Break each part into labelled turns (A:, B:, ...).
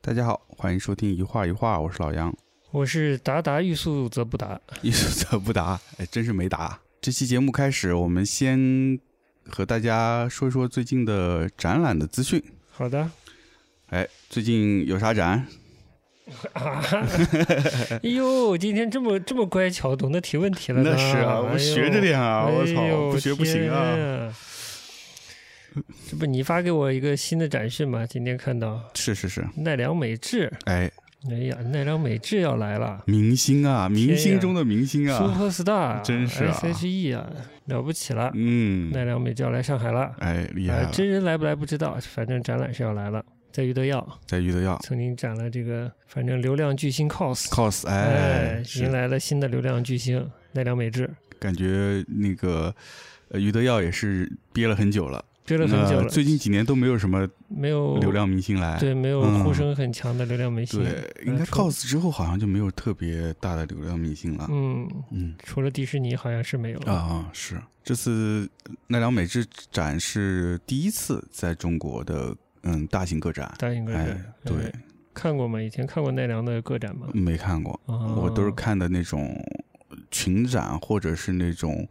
A: 大家好，欢迎收听一画一画，我是老杨。
B: 我是达达欲速则不达，
A: 一则不答，哎，真是没答。这期节目开始，我们先和大家说说最近的展览的资讯。
B: 好的，
A: 哎，最近有啥展？
B: 哎呦，今天这么这么乖巧，懂得提问题了呢
A: 那是啊，
B: 哎
A: 我
B: 呦
A: 学着点啊，我
B: 哎呦
A: 操，不学不行啊。
B: 天这不你发给我一个新的展示吗？今天看到
A: 是是是，
B: 奈良美智，
A: 哎，
B: 哎呀，奈良美智要来了、
A: 明星啊，明星中的明星
B: s u
A: 啊，
B: p e r Star，
A: 真是啊
B: SHE 啊，了不起了，
A: 嗯，
B: 奈良美智要来上海了，
A: 哎，厉害
B: 啊，
A: 了，
B: 真人来不来不知道，反正展览是要来了，在余德耀
A: 在余德耀
B: 曾经展了这个，反正流量巨星 cos。
A: cos，
B: 哎
A: 哎，，
B: 迎
A: 是啊
B: 来了新的流量巨星奈良美智，
A: 感觉那个呃余德耀也是憋了很久了，
B: 追了很久
A: 呃
B: 了，
A: 最近几年都没有什么
B: 没有
A: 流，量明星来，
B: 对，没有
A: 嗯
B: 呼声很强的流量明星。
A: 对，应该
B: 呃除
A: cos 之后好像就没有特别大的流量明星了。
B: 嗯，
A: 嗯
B: 除了迪士尼好像是没有
A: 啊、。是这次奈良美智展是第一次在中国的嗯大型个展，
B: 大英歌
A: 哎
B: 展，，
A: 对嗯
B: 哎，看过吗？以前看过奈良的个展吗？
A: 没看过，
B: 啊，
A: 我都是看的那种群展或者是那种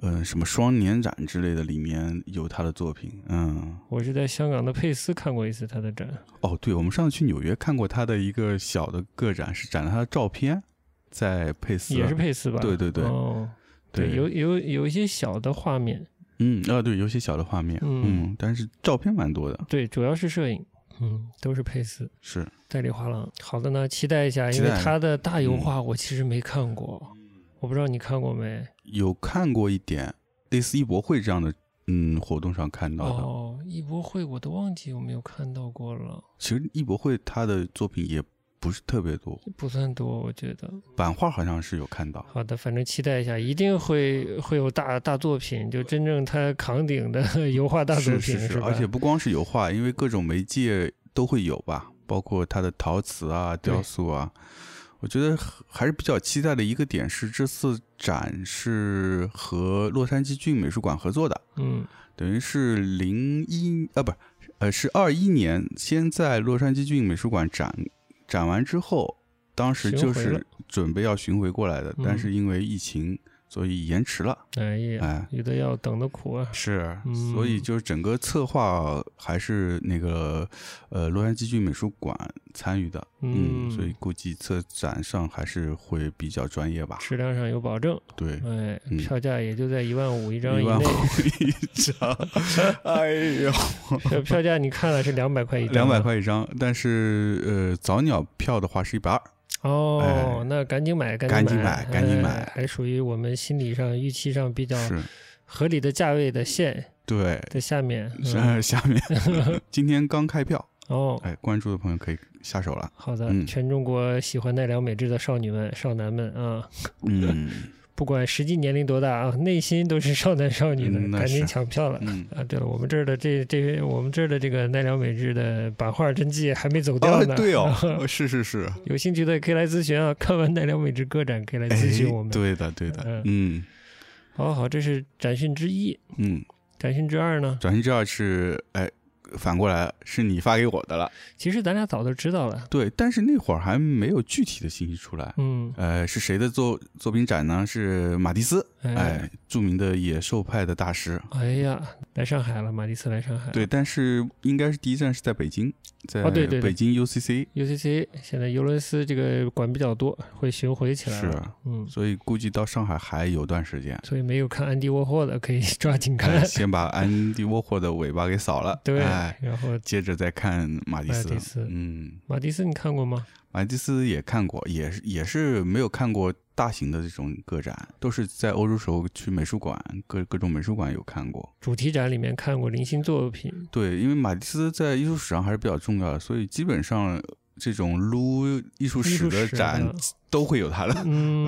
A: 嗯、呃什么双年展之类的，里面有他的作品。嗯，
B: 我是在香港的佩斯看过一次他的展，
A: 哦，对，我们上次去纽约看过他的一个小的个展，是展了他的照片，在佩斯
B: 也是佩斯吧？
A: 啊对对对
B: 哦，对，有有有一些小的画面，
A: 嗯啊，对，有些小的画面，
B: 嗯
A: 嗯，但是照片蛮多的，
B: 对，主要是摄影，嗯，都是佩斯。
A: 是
B: 代理画廊。好的呢，期待一下，
A: 期
B: 因
A: 待嗯
B: 为他的大油画我其实没看过，我不知道你看过没？
A: 有看过一点类似艺博会这样的嗯活动上看到的。
B: 哦，艺博会我都忘记有没有看到过了，
A: 其实艺博会他的作品也不是特别多，
B: 不算多，我觉得。
A: 版画好像是有看到。
B: 好的，反正期待一下，一定会会有大大作品，就真正他扛鼎的油画大作
A: 是
B: 品，
A: 是是，
B: 吧？
A: 而且不光是油画，因为各种媒介都会有吧，包括他的陶瓷啊、
B: 对
A: 雕塑啊。我觉得还是比较期待的一个点是，这次展是和洛杉矶郡美术馆合作的，
B: 嗯，
A: 等于是零一啊，不是，呃，是二一年先在洛杉矶郡美术馆展展完之后，当时就
B: 巡回了嗯
A: 是准备要巡回过来的，但是因为疫情，所以延迟了。
B: 哎呀，
A: 哎，
B: 有的要等的苦啊。
A: 是，
B: 嗯
A: 所以就是整个策划还是那个呃洛杉矶郡美术馆参与的，嗯，
B: 嗯
A: 所以估计策展上还是会比较专业吧。
B: 质量上有保证，
A: 对，
B: 哎，
A: 嗯
B: 票价也就在一万五一张
A: 一
B: 以
A: 万
B: 内
A: 五，一 张，哎呦，
B: 这呃票价你看了是两百块一张，
A: 两百块一张，但是呃，早鸟票的话是一百二。
B: 哦，
A: 哎
B: 那赶紧买，
A: 赶紧
B: 紧
A: 买赶紧买
B: 哎还属于我们心理上、预期上比较
A: 是，
B: 合理的价位的线
A: 对。
B: 在下面。
A: 是啊
B: 嗯、
A: 下面 今天刚开票，
B: 哦，
A: 哎，关注的朋友可以下手 了。
B: 好的，
A: 嗯
B: 全中国喜欢奈良美智的少女们、少男们啊，
A: 嗯
B: 不管实际年龄多大啊，内心都是少男少女的，
A: 嗯那
B: 赶紧
A: 是
B: 抢票了。
A: 嗯，
B: 啊，对了，我们这儿的这这，我们这儿的这个奈良美智的版画真迹还没走掉
A: 啊，
B: 呢。
A: 对 哦，是是是，
B: 有兴趣的可以来咨询啊。看完奈良美智个展可以来
A: 哎
B: 咨询我们。哦
A: 对的对的，嗯
B: 好好，这是展讯之一，
A: 嗯，
B: 展讯之二呢？
A: 转型之二是哎，反过来是你发给我的了，
B: 其实咱俩早就知道了，
A: 对，但是那会儿还没有具体的信息出来。
B: 嗯，
A: 呃，是谁的作作品展呢？是马蒂斯，
B: 哎，
A: 哎，著名的野兽派的大师。
B: 哎呀，来上海了，马蒂斯来上海，
A: 对，但是应该是第一站是在北京，在
B: 哦对对对
A: 北京 UCC，
B: ，UCC 现在尤伦斯这个馆比较多，会巡回起来了，
A: 是，啊
B: 嗯，
A: 所以估计到上海还有段时 间。
B: 所以没有看安迪沃霍的可以抓紧看
A: 哎，先把安迪沃霍的尾巴给扫了，
B: 对，
A: 哎，
B: 然后
A: 接着再看马蒂斯。
B: 马蒂斯
A: 嗯，
B: 马蒂斯你看过吗？
A: 马蒂斯也看过，也是也是没有看过大型的这种个展，都是在欧洲时候去美术馆，各各种美术馆有看过。
B: 主题展里面看过零星作品，
A: 对，因为马蒂斯在艺术史上还是比较重要的，所以基本上这种撸艺术
B: 艺
A: 史
B: 术
A: 的
B: 史
A: 展
B: 的
A: 都会有他的。
B: 嗯，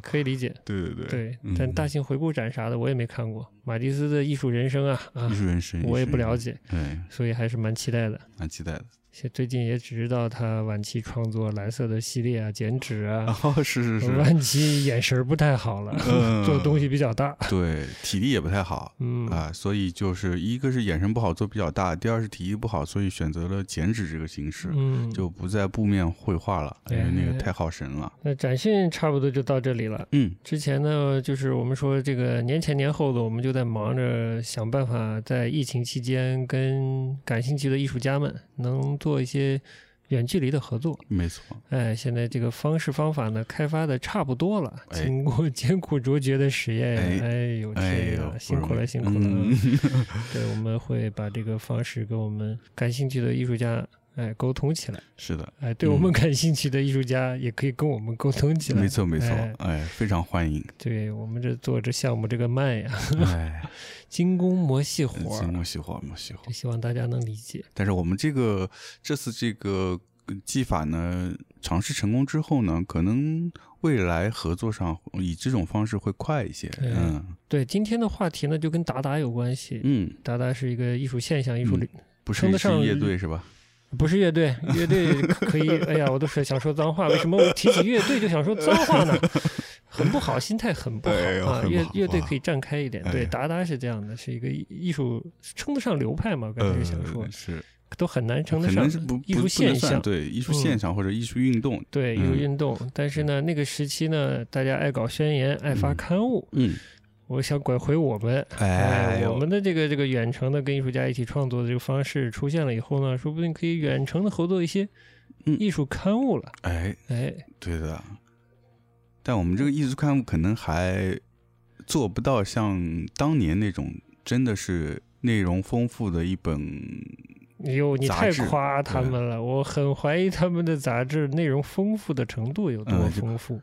B: 可以理解，
A: 对对对，
B: 对
A: 嗯，
B: 但大型回顾展啥的我也没看过，马蒂斯的艺术人生啊啊
A: 艺，术人生
B: 我也不了
A: 解，
B: 解，
A: 对，
B: 所以还是蛮期待的。
A: 蛮期待的。
B: 现最近也只知道他晚期创作蓝色的系列啊、剪纸啊。
A: 哦，是是是，
B: 晚期眼神儿不太好了，
A: 嗯
B: 做东西比较大。
A: 对，体力也不太好
B: 嗯
A: 啊、所以就是一个是眼神不好，做比较大；第二是体力不好，所以选择了剪纸这个形式，
B: 嗯，哎
A: 就不在布面绘画了，因为那个太耗神了。
B: 那展讯差不多就到这里了。
A: 嗯
B: 之前呢，就是我们说这个年前年后的，我们就在忙着想办法在疫情期间跟感兴趣的艺术家们能做一些远距离的合作。
A: 没错，
B: 哎，现在这个方式方法呢，开发的差不多了，
A: 哎
B: 经过艰苦卓绝的实验呀，
A: 哎
B: 哎呦
A: 哎
B: 天
A: 呦
B: 呀，，辛苦了辛苦了。
A: 嗯、
B: 对，我们会把这个方式跟我们感兴趣的艺术家哎沟通起来，
A: 是的，
B: 哎，对我们感兴趣的艺术家也可以跟我们沟通起来。
A: 嗯没错没错
B: 哎，
A: 哎，非常欢 迎，
B: 对我们这做这项目这个慢呀，
A: 哎，
B: 精工磨细活
A: 行，
B: 儿，
A: 我喜欢，我喜欢。
B: 就希望大家能理解。
A: 但是我们这个这次这个呃技法呢，尝试成功之后呢，可能未来合作上以这种方式会快一些。
B: 对
A: 嗯
B: 对，今天的话题呢就跟达达有关系。
A: 嗯，
B: 达达是一个艺术现象，艺术
A: 嗯
B: 理
A: 不是
B: 称得
A: 是
B: 上
A: 乐队是吧？
B: 不是乐队，乐队 可可以。哎呀，我都是想说脏话，为什么我提起乐队就想说脏话 呢？很不好，心态很不好、
A: 哎呦
B: 啊。
A: 很不
B: 乐
A: 好
B: 乐队
A: 啊
B: 可以站开一点，
A: 哎
B: 对，达达是这样的，是一个艺艺术称得上流派嘛？我刚才就想说
A: 呃，，是
B: 都很难称
A: 可
B: 得上
A: 能是不
B: 艺
A: 不
B: 术
A: 不
B: 现
A: 能
B: 象嗯
A: 算。对艺术现象或者艺术运动。
B: 对，艺术
A: 嗯
B: 运动，但是呢，那个时期呢，大家爱搞宣言，爱发
A: 嗯
B: 刊物。
A: 嗯，
B: 我想拐回我们，
A: 哎
B: 哎，
A: 呦
B: 我们的这个这个远程的跟艺术家一起创作的这个方式出现了以后呢，说不定可以远程的合作一些
A: 嗯
B: 艺术刊物了。
A: 哎，
B: 哎，
A: 对的。但我们这个艺术刊物可能还做不到像当年那种真的是内容丰富的一本
B: 哟，哎你
A: 杂
B: 太
A: 志
B: 夸他
A: 对
B: 们了，我很怀疑他们的杂志内容丰富的程度有多
A: 嗯就
B: 丰富。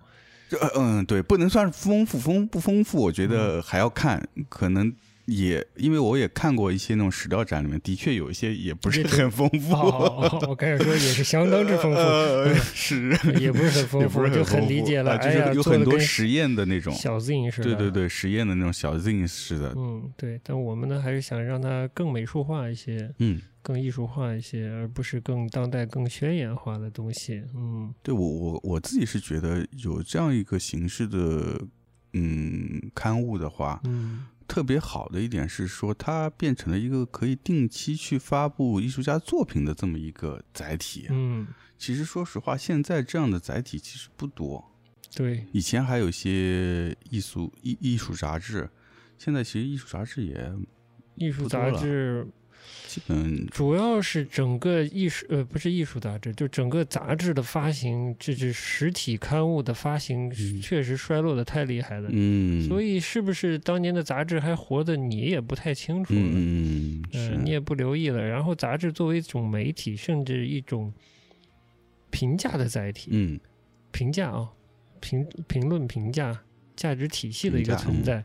A: 就呃嗯，对，不能算是丰富，丰不丰富，
B: 嗯
A: 我觉得还要看，可能也因为我也看过一些那种史料展，里面的确有一些也不是
B: 也
A: 很丰富，
B: 哦， 哦我开始说也是相当之丰富，
A: 呃，是
B: 也不是很丰
A: 也
B: 富，
A: 不是
B: 就
A: 很丰
B: 很理
A: 富
B: 解了。
A: 啊就
B: 哎呀，
A: 是有
B: 做
A: 很
B: 的
A: 多
B: 跟
A: 实验的那种，
B: 小 zine 似
A: 对
B: 的。
A: 对。对，实验的那种小 zine 似的，
B: 嗯，对，但我们呢，还是想让它更美术化一些，
A: 嗯，
B: 更艺术化一些，而不是更当代、更宣言化的东西。嗯，
A: 对我我我自己是觉得有这样一个形式的。嗯，刊物的话，
B: 嗯，
A: 特别好的一点是说，它变成了一个可以定期去发布艺术家作品的这么一个载体。
B: 嗯，
A: 其实说实话，现在这样的载体其实不多。
B: 对，
A: 以前还有一些艺术艺艺术杂志，现在其实艺术杂志也
B: 艺
A: 不
B: 术
A: 多
B: 杂
A: 了
B: 志
A: 基本
B: 主要是整个艺术呃不是艺术杂志，就整个杂志的发行，这是实体刊物的发行，
A: 嗯
B: 确实衰落的太厉害了。
A: 嗯，
B: 所以是不是当年的杂志还活着，你也不太清楚了。
A: 嗯嗯嗯
B: 嗯
A: 是
B: 你也不留意了。然后杂志作为一种媒体，甚至一种评价的载体，
A: 嗯
B: 评价啊、评评论、评价、价值体系的一个存
A: 评价嗯
B: 在，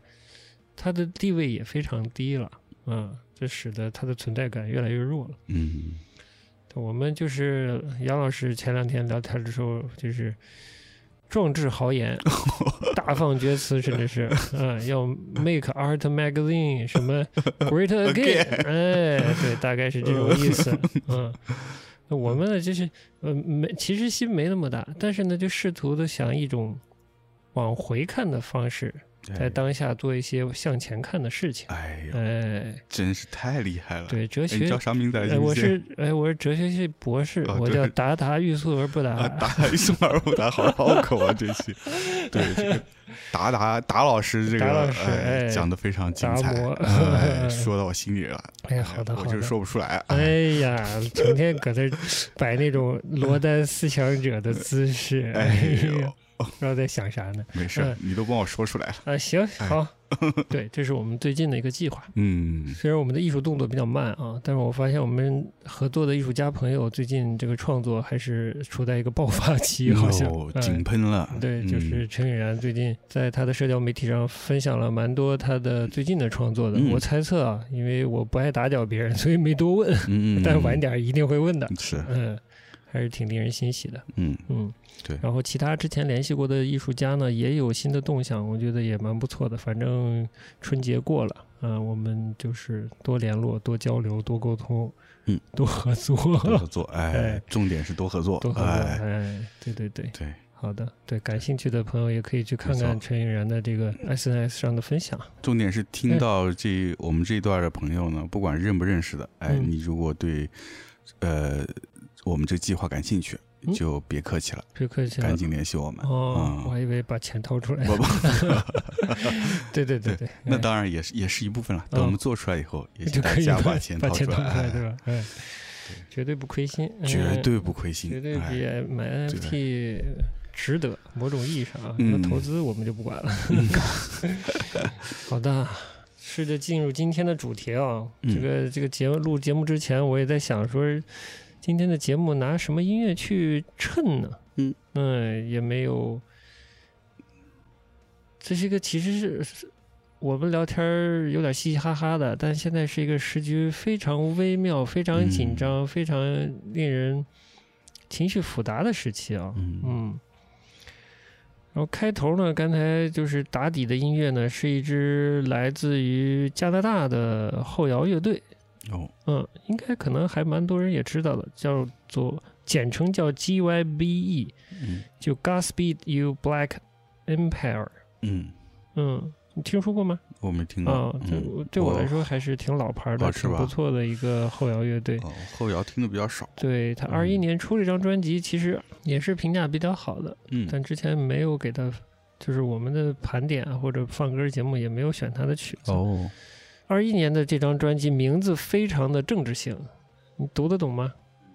B: 它的地位也非常低了。嗯，这使得它的存在感越来越弱了。
A: 嗯
B: 我们就是杨老师前两天聊天的时候，就是壮志 豪言，大放厥词，甚至是啊、要 make art magazine 什么 great again，哎，对，大概是这种意 思，嗯。那我们呢，就是呃，没，其实心没那么大，但是呢，就试图的想一种往回看的方式，在
A: 哎
B: 当下做一些向前看的事情。
A: 哎呦，
B: 哎，
A: 真是太厉害了！
B: 对，哲
A: 哎，
B: 学
A: 你叫啥名字来
B: 哎，
A: 着？
B: 我是哎，我是哲学系博士，
A: 哦
B: 我
A: 哲
B: 叫
A: 学
B: 达达欲速而不达。
A: 啊，达达苏马尔布达，好拗口啊，这期。对，这个达达达老师这
B: 达
A: 个
B: 老师
A: 哎
B: 哎
A: 讲的非常精
B: 达
A: 彩
B: 摩，
A: 哎，说到我心里了。
B: 哎好的
A: 我
B: 好
A: 就
B: 的
A: 说不出来。
B: 哎呀，成天搁那儿摆 那种罗丹思想者的姿势，哎
A: 哎
B: 呀
A: 呦，，
B: 不知道在想啥呢。
A: 没事儿，你都帮我说出来了。
B: 啊，行
A: 哎
B: 好，对，这是我们最近的一个计划。
A: 嗯，
B: 虽然我们的艺术动作比较慢啊，但是我发现我们合作的艺术家朋友最近这个创作还是处在一个爆发期，好像
A: 哟
B: 哎
A: 井喷了。
B: 对，
A: 嗯
B: 就是陈雨然最近在他的社交媒体上分享了蛮多他的最近的创作的。
A: 嗯
B: 我猜测啊，因为我不爱打搅别人， 所以没多问，
A: 嗯，嗯
B: 但晚点儿一定会问的。
A: 是，
B: 嗯，还是挺令人欣喜的。
A: 嗯，
B: 嗯，
A: 对
B: 然后其他之前联系过的艺术家呢，也有新的动向，我觉得也蛮不错的。反正春节过了，嗯、我们就是多联络、多交流、多沟通，
A: 嗯，
B: 多合作，
A: 多合作，哎
B: 哎，
A: 重点是多合作，
B: 多合作，
A: 哎，
B: 哎，对对对，
A: 对，
B: 好的，对，感兴趣的朋友也可以去看
A: 没
B: 看
A: 错嗯
B: 陈云然的这个 S N S 上的分享。
A: 重点是
B: 嗯
A: 听到这我们这一段的朋友呢，不管认不认识的，哎，
B: 嗯
A: 你如果对呃我们这计划感兴趣，
B: 嗯
A: 就别客气了，
B: 别客气了
A: 赶。紧联系我们。
B: 哦，我
A: 嗯
B: 还以为把钱掏出来
A: 我
B: 了。 对对对对，
A: 那
B: 哎
A: 当然也是也是一部分了。等
B: 嗯
A: 我们做出来以后，也
B: 就
A: 请大
B: 可以
A: 家
B: 把
A: 把钱掏
B: 掏
A: 出
B: 来，对
A: 来，
B: 吧？嗯，绝对不亏心，
A: 哎绝
B: 嗯
A: 对不亏心，
B: 绝对
A: 哎
B: 比买 NFT 值得，某种意义上啊，
A: 嗯
B: 那投资我们就不管了。 好的，试着进入今天的主题啊。
A: 嗯
B: 这个这个节目录节目之前，我也在想说，今天的节目拿什么音乐去衬呢？
A: 嗯，
B: 嗯，也没有。这是一个其实是是我们聊天儿有点嘻嘻哈哈的，但现在是一个时局非常微妙、非常
A: 嗯
B: 紧张、非常令人情绪复杂的时期啊。
A: 嗯
B: 嗯，然后开头呢，刚才就是打底的音乐呢，是一支来自于加拿大的后摇乐队，
A: 哦
B: 嗯，应该可能还蛮多人也知道的，叫做简称叫 GYBE，
A: 嗯
B: E，就 Godspeed You Black Empire，
A: 嗯，
B: 嗯，你听说过吗？
A: 我没听
B: 啊
A: 过，，
B: 这
A: 嗯
B: 我对我
A: 我
B: 来说还是挺老牌的，
A: 哦是
B: 挺
A: 吧
B: 不错的一个后摇乐队。
A: 哦后摇听的比较少，
B: 对他
A: 嗯
B: 二一年出这张专辑，其实也是评价比较好的，
A: 嗯
B: 但之前没有给他，就是我们的盘点啊，或者放歌节目也没有选他的曲子。
A: 哦，
B: 二一年的这张专辑名字非常的政治性，你读得懂吗？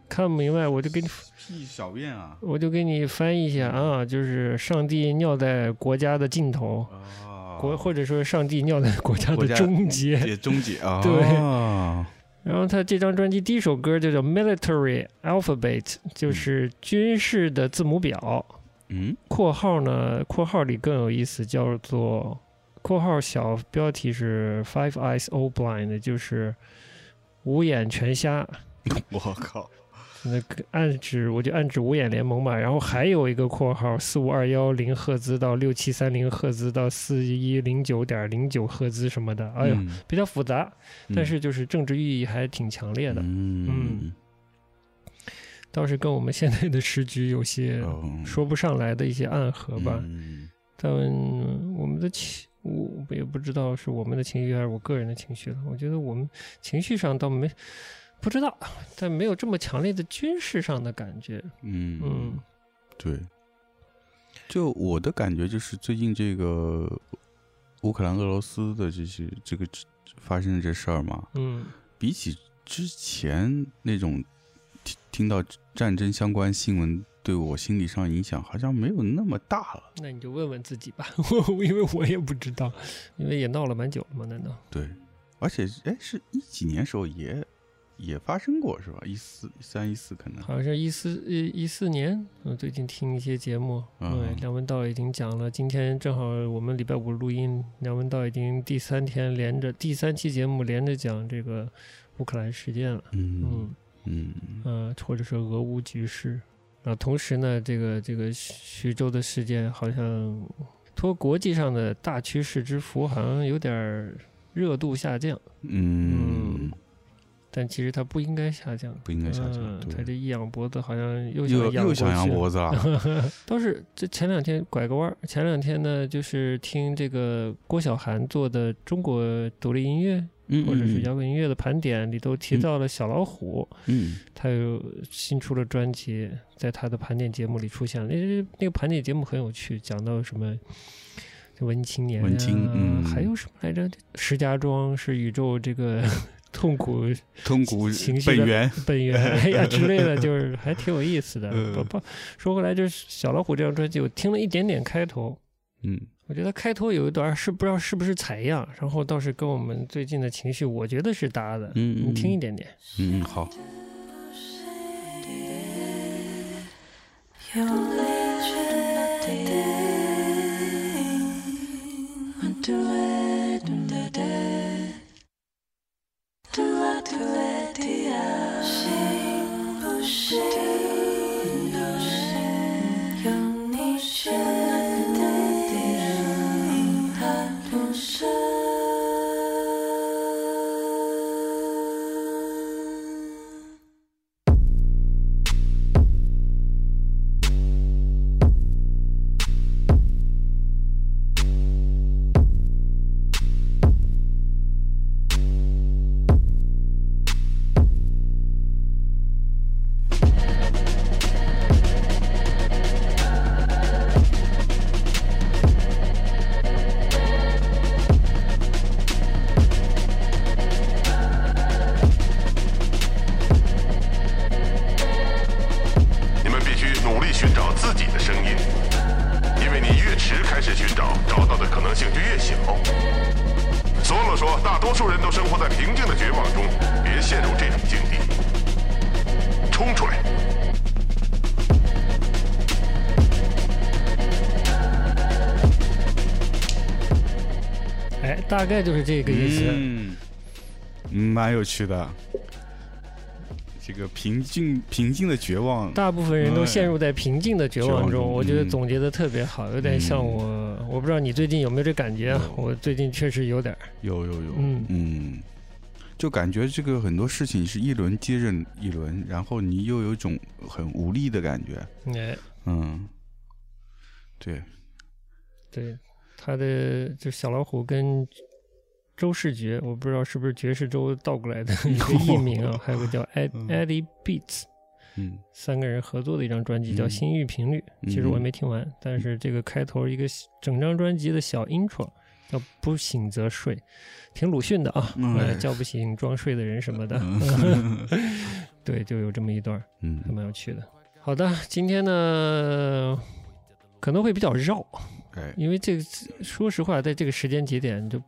B: 看不明白我就给你
A: 屁小便啊
B: 我就给你翻译一下啊，就是上帝尿在国家的尽头，
A: 啊
B: 国或者说上帝尿在国家
A: 国
B: 的
A: 家
B: 终结。
A: 也终结啊，
B: 对
A: 哦
B: 然后他这张专辑第一首歌就叫《Military Alphabet》，就是军事的字母表。
A: 嗯
B: 括号呢，括号里更有意思，叫做括号小标题是 Five Eyes All Blind，就是五眼全瞎。
A: 我靠，
B: 那个暗指我就暗指五眼联盟嘛。然后还有一个括号四五二幺零赫兹到六七三零赫兹到四一零九点零九赫兹什么的。哎呦，
A: 嗯，
B: 比较复杂，
A: 嗯
B: 但是就是政治寓意还挺强烈的。
A: 嗯
B: 倒是跟我们现在的时局有些
A: 哦
B: 嗯说不上来的一些暗合吧。
A: 嗯
B: 但呃我们的情，我我也不知道是我们的情绪还是我个人的情绪了。我觉得我们情绪上倒没不知道，但没有这么强烈的军事上的感觉。
A: 嗯
B: 嗯，
A: 对，就我的感觉就是最近这个乌克兰、俄罗斯的这些这个这发生的这事儿嘛，
B: 嗯
A: 比起之前那种听听到战争相关新闻，对我心理上影响好像没有那么大了。
B: 那你就问问自己吧， 我因为我也不知道，因为也闹了蛮久了嘛，难道？
A: 对，而且哎，是一几年时候也也发生过是吧？一四一三一四可能。
B: 好像是一四一一四年，我最近听一些节目，
A: 嗯
B: 对，梁文道已经讲了。今天正好我们礼拜五录音，梁文道已经第三天连着第三期节目连着讲这个乌克兰事件了，
A: 嗯
B: 嗯
A: 嗯
B: 呃，或者是俄乌局势。然后同时呢，这个这个徐徐州的事件好像托国际上的大趋势之福，好像有点儿热度下降，
A: 嗯，
B: 但其实它不应该下降。
A: 不应该下降。
B: 嗯，他
A: 对，
B: 这一仰脖子好像又想
A: 又
B: 仰
A: 又想
B: 过
A: 扬
B: 去了
A: 脖子了。
B: 倒是这前两天拐个弯儿，前两天呢，就是听这个郭晓涵做的中国独立音乐
A: 嗯，
B: 或者是
A: 嗯
B: 摇滚音乐的盘点里头提到了小老虎，
A: 嗯
B: 他有新出了专辑，在他的盘点节目里出现了。那那个盘点节目很有趣，讲到什么。文青年、啊，
A: 文青嗯
B: 还有什么来着？石家庄是宇宙这个 痛苦
A: 通古
B: 情绪
A: 本
B: 的
A: 源，
B: 本源 哎呀之类 的，就是还挺有意思的。
A: 嗯
B: 不不，说回来，这小老虎这张专辑，我听了一点点开头，
A: 嗯
B: 我觉得开头有一段是不知道是不是采样，然后倒是跟我们最近的情绪，我觉得是搭的。
A: 嗯
B: 你听一点点，
A: 嗯嗯，好，
C: You're legend. Do it, do it, do it. Do it, do it, do it. Shame, oh shame, oh shame. You're legend. Do it, do it, do it.
D: 时开始寻找，找到的可能性就越小。索罗说，大多数人都生活在平静的绝望中，别陷入这种境地，冲出来！
B: 哎，大概就是这个意思。
A: 嗯，蛮有趣的。这个平静平静的绝望，
B: 大部分人都陷入在平静的绝望
A: 绝望
B: 中，
A: 中
B: 我觉得
A: 嗯
B: 总结的特别好，有点像我，我不知道你最近有没有这感觉啊？
A: 有
B: 我最近确实有点儿，
A: 有有有，
B: 嗯
A: 嗯，就感觉这个很多事情是一轮接着一轮，然后你又有一种很无力的感觉，
B: 哎，
A: 嗯，对，
B: 对，他的就小老虎跟周世爵，我不知道是不是爵士周倒过来的 一个艺名啊，还有个叫 Ed
A: 哦嗯
B: Eddie Beats，
A: 嗯
B: 三个人合作的一张专辑叫《
A: 嗯
B: 心域频率》，其实我也没听完，但是这个开头一个整张专辑的小 intro 叫“不醒则睡”，挺鲁迅的啊，
A: 嗯
B: 呃叫不醒装睡的人什么的， 对，就有这么一段儿，
A: 嗯
B: 还，蛮有趣的。好的，今天呢可能会比较绕，
A: 哎，
B: 因为这个说实话，在这个时间节点就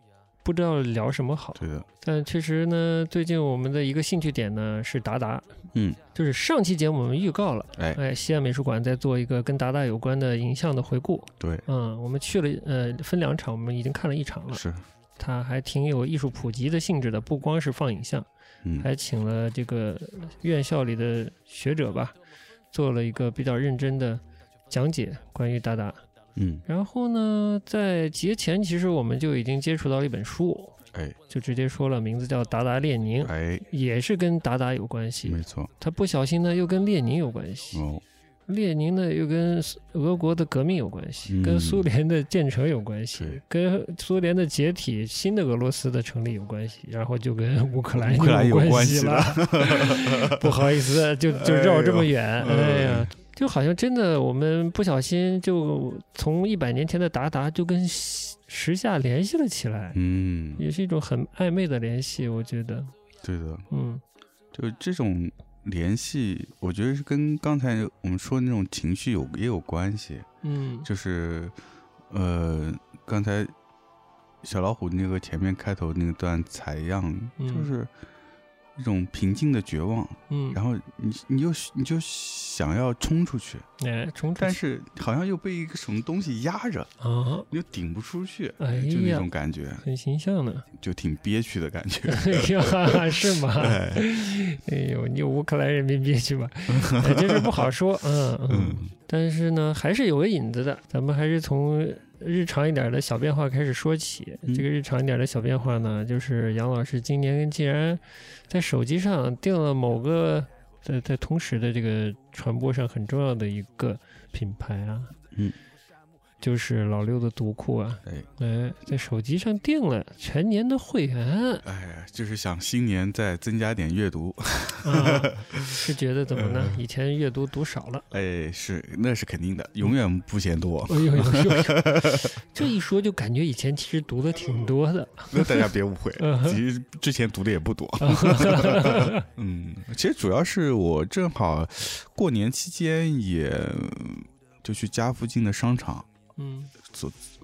B: 不知道聊什么好。
A: 对的，
B: 但确实呢，最近我们的一个兴趣点呢是达达，
A: 嗯，
B: 就是上期节目我们预告了，
A: 哎，
B: 哎，西安美术馆在做一个跟达达有关的影像的回顾。
A: 对，
B: 嗯，我们去了，呃，分两场，我们已经看了一场了。
A: 是，
B: 它还挺有艺术普及的性质的，不光是放影像，
A: 嗯，
B: 还请了这个院校里的学者吧，做了一个比较认真的讲解关于达达。
A: 嗯，
B: 然后呢，在节前其实我们就已经接触到了一本书，
A: 哎，
B: 就直接说了名字叫《达达列宁》，
A: 哎，
B: 也是跟达达有关系
A: 没。错，
B: 他不小心呢又跟列宁有关系，
A: 哦，
B: 列宁呢又跟苏俄国的革命有关系，
A: 嗯
B: 跟苏联的建成有关系
A: 对，
B: 跟苏联的解体、新的俄罗斯的成立有关系，然后就跟乌克兰
A: 乌克兰有
B: 关
A: 关系
B: 了。不好意思， 就就绕这么远，
A: 哎呦
B: 哎呀。就好像真的，我们不小心就从一百年前的达达就跟时时下联系了起来，
A: 嗯，
B: 也是一种很暧昧的联系，我觉得，
A: 对的，
B: 嗯，
A: 就这种联系，我觉得是跟刚才我们说的那种情绪有也有关系。
B: 嗯，
A: 就是，呃，刚才小老虎那个前面开头那段采样，
B: 嗯
A: 就是一种平静的绝望，
B: 嗯，
A: 然后你你又你就想要冲出去，
B: 哎，重
A: 但
B: 是
A: 是好像又被一个什么东西压着，
B: 啊，
A: 你又顶不出去，
B: 哎
A: 就那
B: 呀
A: 种感觉，
B: 很形象呢，
A: 就挺憋屈的感觉。
B: 哎呀， 是吗？
A: 哎，
B: 哎呦，你有乌克兰人民憋屈吧？哎这事不 好说，嗯嗯。
A: 嗯，
B: 但是呢，还是有个引子的。咱们还是从日常一点的小变化开始说起。
A: 嗯
B: 这个日常一点的小变化呢，就是杨老师今年竟然在手机上定了某个在在同时的这个传播上很重要的一个品牌啊，
A: 嗯，
B: 就是老六的读库啊，
A: 哎
B: 哎，在手机上定了全年的会员
A: 哎，就是想新年再增加点阅读。
B: 啊， 是觉得怎么呢？
A: 嗯
B: 以前阅读 读少了。
A: 哎，是，那是肯定的，永远不嫌多。
B: 哎呦呦呦呦！ 这一说就感觉以前其实读的挺多的，
A: 那大家别误会
B: 嗯，哼
A: 其实之前读的也不多。 嗯，其实主要是我正好过年期间也就去家附近的商场
B: 嗯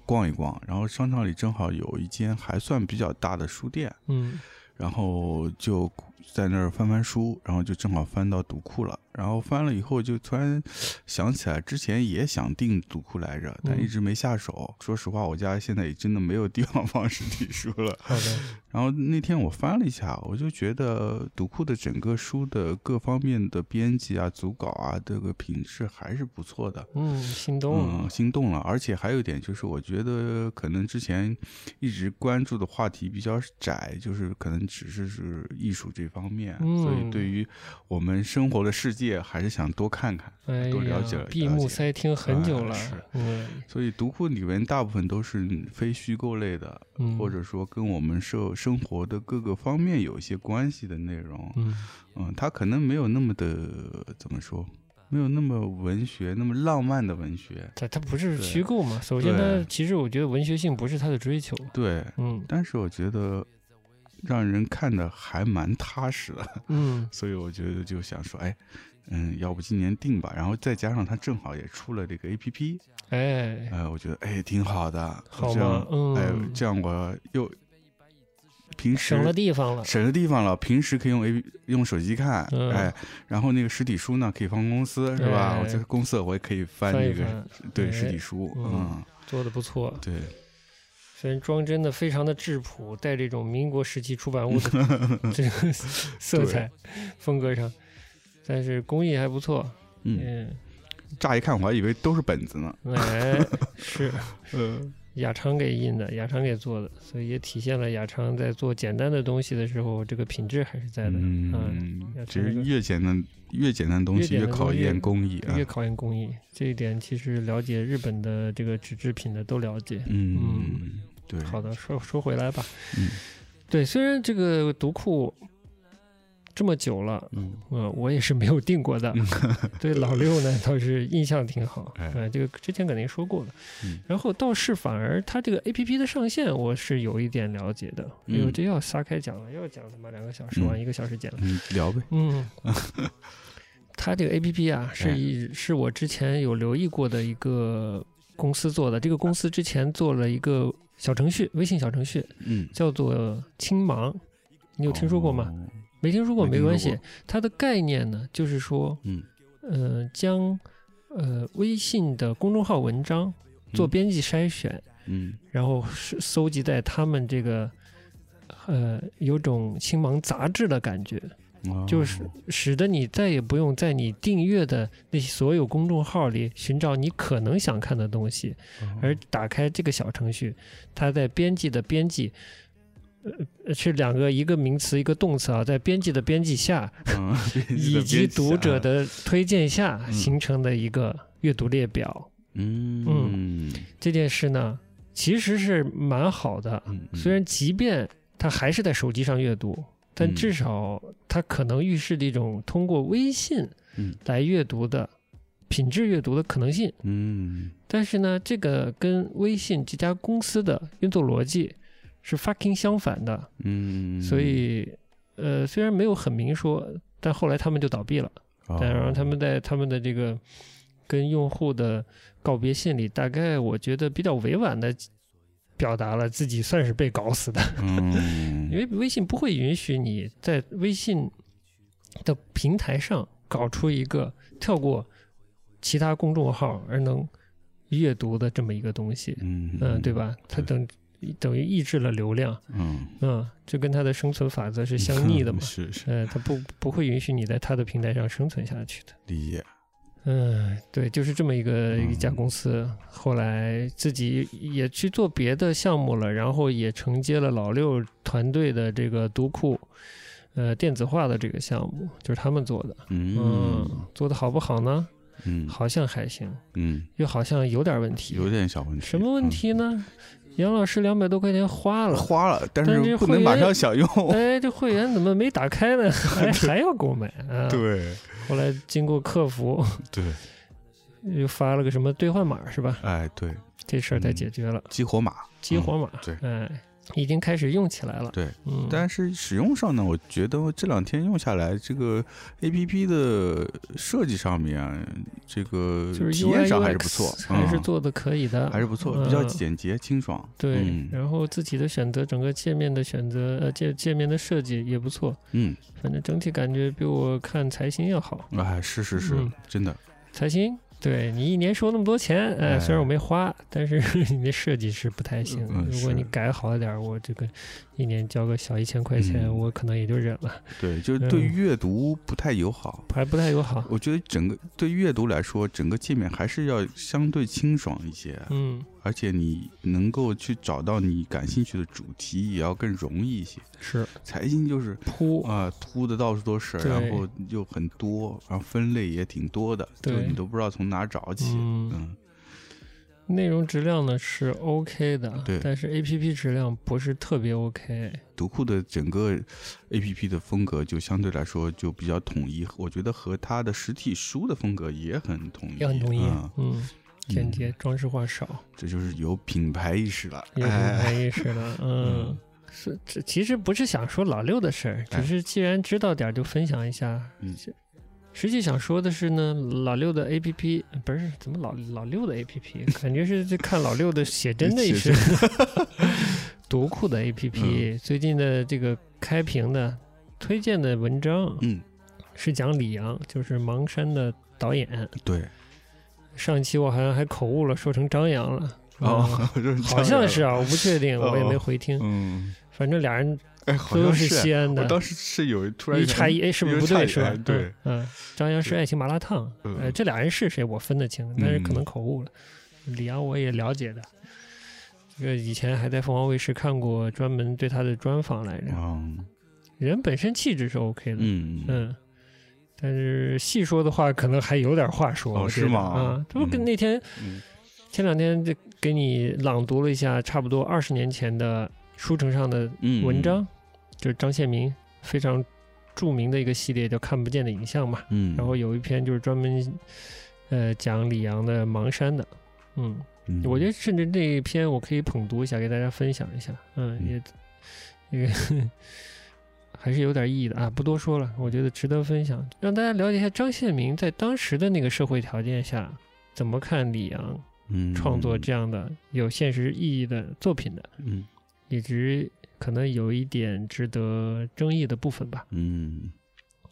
A: 逛一逛，然后商场里正好有一间还算比较大的书店，
B: 嗯
A: 然后就在那儿翻翻书，然后就正好翻到读库了，然后翻了以后就突然想起来之前也想订读库来着，但
B: 嗯
A: 一直没下手。说实话，我家现在也真的没有地方 放实体书了。
B: 好的，
A: 然后那天我翻了一下，我就觉得读库的整个书的各方面的编辑啊、组稿啊，这个品质还是不错的，
B: 嗯，心动
A: 嗯，，心动了。而且还有一点就是，我觉得可能之前一直关注的话题比较窄，就是可能只是是艺术这方面，
B: 嗯
A: 所以对于我们生活的世界，还是想多看看。
B: 哎
A: 多了
B: 呀
A: 解了，
B: 闭
A: 了
B: 目
A: 解
B: 塞听很久了
A: 哎是，
B: 嗯
A: 所以读库里面大部分都是非虚构类的，
B: 嗯，
A: 或者说跟我们社生活的各个方面有一些关系的内容。
B: 嗯
A: 嗯，它可能没有那么的怎么说，没有那么文学，那么浪漫的文学。
B: 它它不是
A: 对
B: 虚构嘛？首先，它
A: 对
B: 其实我觉得文学性不是它的追求，
A: 对，
B: 嗯
A: 但是我觉得让人看的还蛮踏实的，
B: 嗯
A: 所以我觉得就想说，哎，嗯，要不今年定吧。然后再加上它正好也出了这个 A P P，
B: 哎，
A: 呃，我觉得哎挺好的，
B: 好
A: 这样
B: 吗？嗯
A: 哎，，这样我又平时
B: 省了地方了。
A: 省了地方了，平时可以用 A 用手机看，
B: 嗯
A: 哎，然后那个实体书呢可以放公司是吧？
B: 哎
A: 我在公司我也可以翻
B: 翻
A: 这
B: 一
A: 个
B: 翻，
A: 对
B: 哎
A: 实体书，
B: 嗯
A: 嗯，
B: 做的不错。
A: 对，
B: 虽然装帧的非常的质朴，带这种民国时期出版物的这个色彩风格上，但是工艺还不错。
A: 嗯，
B: 嗯，
A: 乍一看我还以为都是本子呢，
B: 哎，是
A: 嗯，
B: 雅昌给印的，雅昌给做的，所以也体现了雅昌在做简单的东西的时候，这个品质还是在的。嗯，
A: 嗯
B: 要，
A: 其实
B: 看这个
A: 越简单越简单的东
B: 越
A: 西
B: 简单的
A: 考
B: 东西
A: 验
B: 越
A: 工艺啊
B: 越，考验工艺，这一点其实了解日本的这个纸制品的都了解。
A: 嗯，对，
B: 好的，说说回来吧。
A: 嗯
B: 对，虽然这个读库这么久了，
A: 嗯，
B: 呃，我也是没有定 过的。对老六呢，倒是印象挺好，
A: 哎
B: 呃，这个之前肯定说过了。
A: 嗯
B: 然后倒是反而它这个 A P P 的上线，我是有一点了解的。哎呦，
A: 嗯
B: 这又要撒开讲了，又要讲他妈两个小时，
A: 嗯
B: 完一个小 时讲了。
A: 嗯，聊呗，
B: 嗯，它这个 A P P 啊，
A: 哎
B: 是一是我之前有留意过的一个公司做的。这个公司之前做了一个小程序，微信小程序，
A: 嗯，
B: 叫做青芒，你有听说过吗？
A: 哦？
B: 没听说过
A: 没
B: 没
A: 听
B: 关
A: 说
B: 系。它的概念呢，就是说，
A: 嗯，
B: 呃，将呃微信的公众号文章做
A: 嗯，
B: 编辑筛选，
A: 嗯
B: 然后是搜集在他们这个呃有种青芒杂志的感觉，
A: 哦
B: 就是使得你再也不用在你订阅的那些所有公众号里寻找你可能想看的东西，
A: 嗯
B: 而打开这个小程序，它在编辑的编辑。呃，是两个，一个名词，一个动词啊，在编辑的编辑下，
A: 嗯
B: 以及
A: 啊
B: 读者，的推荐下
A: 嗯
B: 形成的一个阅读列表。
A: 嗯嗯
B: 这件事呢，其实是蛮好的，
A: 嗯，
B: 虽然即便它还是在手机上阅读，但
A: 嗯
B: 至少它可能预示着一种通过微信
A: 嗯
B: 来阅读的品质阅读的可能性。
A: 嗯
B: 但是呢，这个跟微信这家公司的运作逻辑是 fucking 相反的，
A: 嗯，
B: 所以呃，虽然没有很明说，但后来他们就倒闭了。
A: 哦，
B: 但然后他们在他们的这个跟用户的告别信里，大概我觉得比较委婉的表达了自己算是被搞死的，
A: 嗯，
B: 因为微信不会允许你在微信的平台上搞出一个跳过其他公众号而能阅读的这么一个东西，
A: 嗯
B: 嗯，对？吧？它等等于抑制了流量，
A: 嗯，
B: 嗯，这跟它的生存法则是相逆的嘛，
A: 是是
B: 呃，它不不会允许你在它的平台上生存下去的。
A: 理解，
B: 嗯，对，就是这么一个
A: 嗯
B: 一家公司，后来自己也去做别的项目了，然后也承接了老六团队的这个读库，呃，电子化的这个项目，就是他们做的。
A: 嗯
B: 做的好不好呢？
A: 嗯
B: 好像还行，
A: 嗯，
B: 又好像有点问题。
A: 有点小问题，
B: 什么问题呢？杨老师两百多块钱花
A: 嗯？
B: 了，
A: 花了，但
B: 但
A: 是
B: 是
A: 不
B: 会
A: 能马
B: 员
A: 上 享用，
B: 哎，这会员怎么没打开 呢？还还要购买啊？
A: 对
B: 后来经过客服，
A: 对，
B: 又发了个什么兑换码是吧？
A: 哎对，
B: 这事儿才解决了。
A: 激活码，
B: 激活码，
A: 嗯对
B: 哎，已经开始用起来了。
A: 对，
B: 嗯，
A: 但是使用上呢，我觉得这两天用下来，这个 A P P 的设计上面啊，这个
B: 就是
A: 体
B: UI
A: 验上还是不错
B: UX，，还是
A: 嗯
B: 做的可以的，
A: 还是不错，比较
B: 嗯
A: 简洁清爽。
B: 对
A: 嗯。
B: 然后自己的选择，整个界面的选择，呃，界界面的设计也不错，
A: 嗯，
B: 反正整体感觉比我看财新要好。
A: 哎，是是是
B: 嗯，
A: 真的，
B: 财新，对你一年收那么多钱，
A: 哎
B: 哎，虽然我没花，但是 你的设计是不太行
A: 嗯。
B: 如果
A: 是
B: 你改好一点，我这个一年交个小一千块钱，
A: 嗯
B: 我可能也就忍了，
A: 对，就是对
B: 嗯
A: 阅读不太友好。
B: 还不太友好。
A: 我觉得整个对阅读来说，整个界面还是要相对清爽一些，啊
B: 嗯，
A: 而且你能够去找到你感兴趣的主题，也要更容易一些。
B: 是
A: 财经就是
B: 铺，
A: 啊，秃的到处都是，
B: 对
A: 然后又很多，然后分类也挺多的，就
B: 对
A: 你都不知道从哪儿找起。
B: 嗯。
A: 嗯
B: 内容质量呢是 OK 的，
A: 对
B: 但是 APP 质量不是特别 OK。
A: 读库的整个 A P P 的风格就相对来说就比较统一，我觉得和它的实体书的风格也很统一，
B: 也很同意，
A: 啊
B: 嗯，简
A: 嗯
B: 洁，装饰化少，
A: 这就是有品牌意识了。哎
B: 有品牌意识了，嗯
A: 嗯，
B: 是这其实不是想说老六的事儿，
A: 哎
B: 只是既然知道点儿就分享一下。
A: 嗯
B: 这实际想说的是呢，老六的 A P P 不是怎么老老六的 A P P，感觉是在看老六的写真那一
A: 写嗯
B: 是 读库的 A P P，、最近的这个开屏的推荐的文章
A: 嗯，
B: 是讲李阳，就是《盲山》的导演。
A: 对，
B: 上一期我好像还口误了，说成张扬了。嗯
A: 哦，
B: 好像是，啊，我不确定，我也没
A: 哦
B: 回听。
A: 嗯，
B: 反正俩人
A: 哎，好
B: 都
A: 像
B: 是
A: 是哎
B: 西安
A: 我
B: 的，
A: 当时是有突然
B: 一
A: 有
B: 差
A: 点
B: 一，哎，是不是
A: 有
B: 不
A: 差
B: 对？
A: 异
B: 是吧
A: 哎？对，
B: 嗯，嗯张扬是爱情麻辣烫，
A: 嗯
B: 呃，这俩人是谁我分得清，但是可能
A: 嗯
B: 口误了。李阳我也了解的，这个以前还在凤凰卫视看过专门对他的专访来着。
A: 嗯
B: 人本身气质是 OK 的，
A: 嗯嗯，
B: 嗯，但是细说的话，可能还有点话说。
A: 哦
B: 我觉
A: 是
B: 得
A: 吗
B: 啊，这不跟
A: 嗯
B: 那天
A: 嗯
B: 前两天就给你朗读了一下，差不多二十年前的书城上的
A: 嗯
B: 文章，，就是张献民非常著名的一个系列叫《看不见的影像》嘛。
A: 嗯，
B: 然后有一篇就是专门呃讲李阳的《盲山》的，嗯，
A: 嗯
B: 我觉得甚至这一篇我可以捧读一下，给大家分享一下，嗯，
A: 嗯
B: 也也 还是有点意义的啊，不多说了，我觉得值得分享，让大家了解一下张献民在当时的那个社会条件下怎么看李阳
A: 嗯
B: 创作这样的有现实意义的作品的，
A: 嗯
B: 以及可能有一点值得争议的部分吧。
A: 嗯，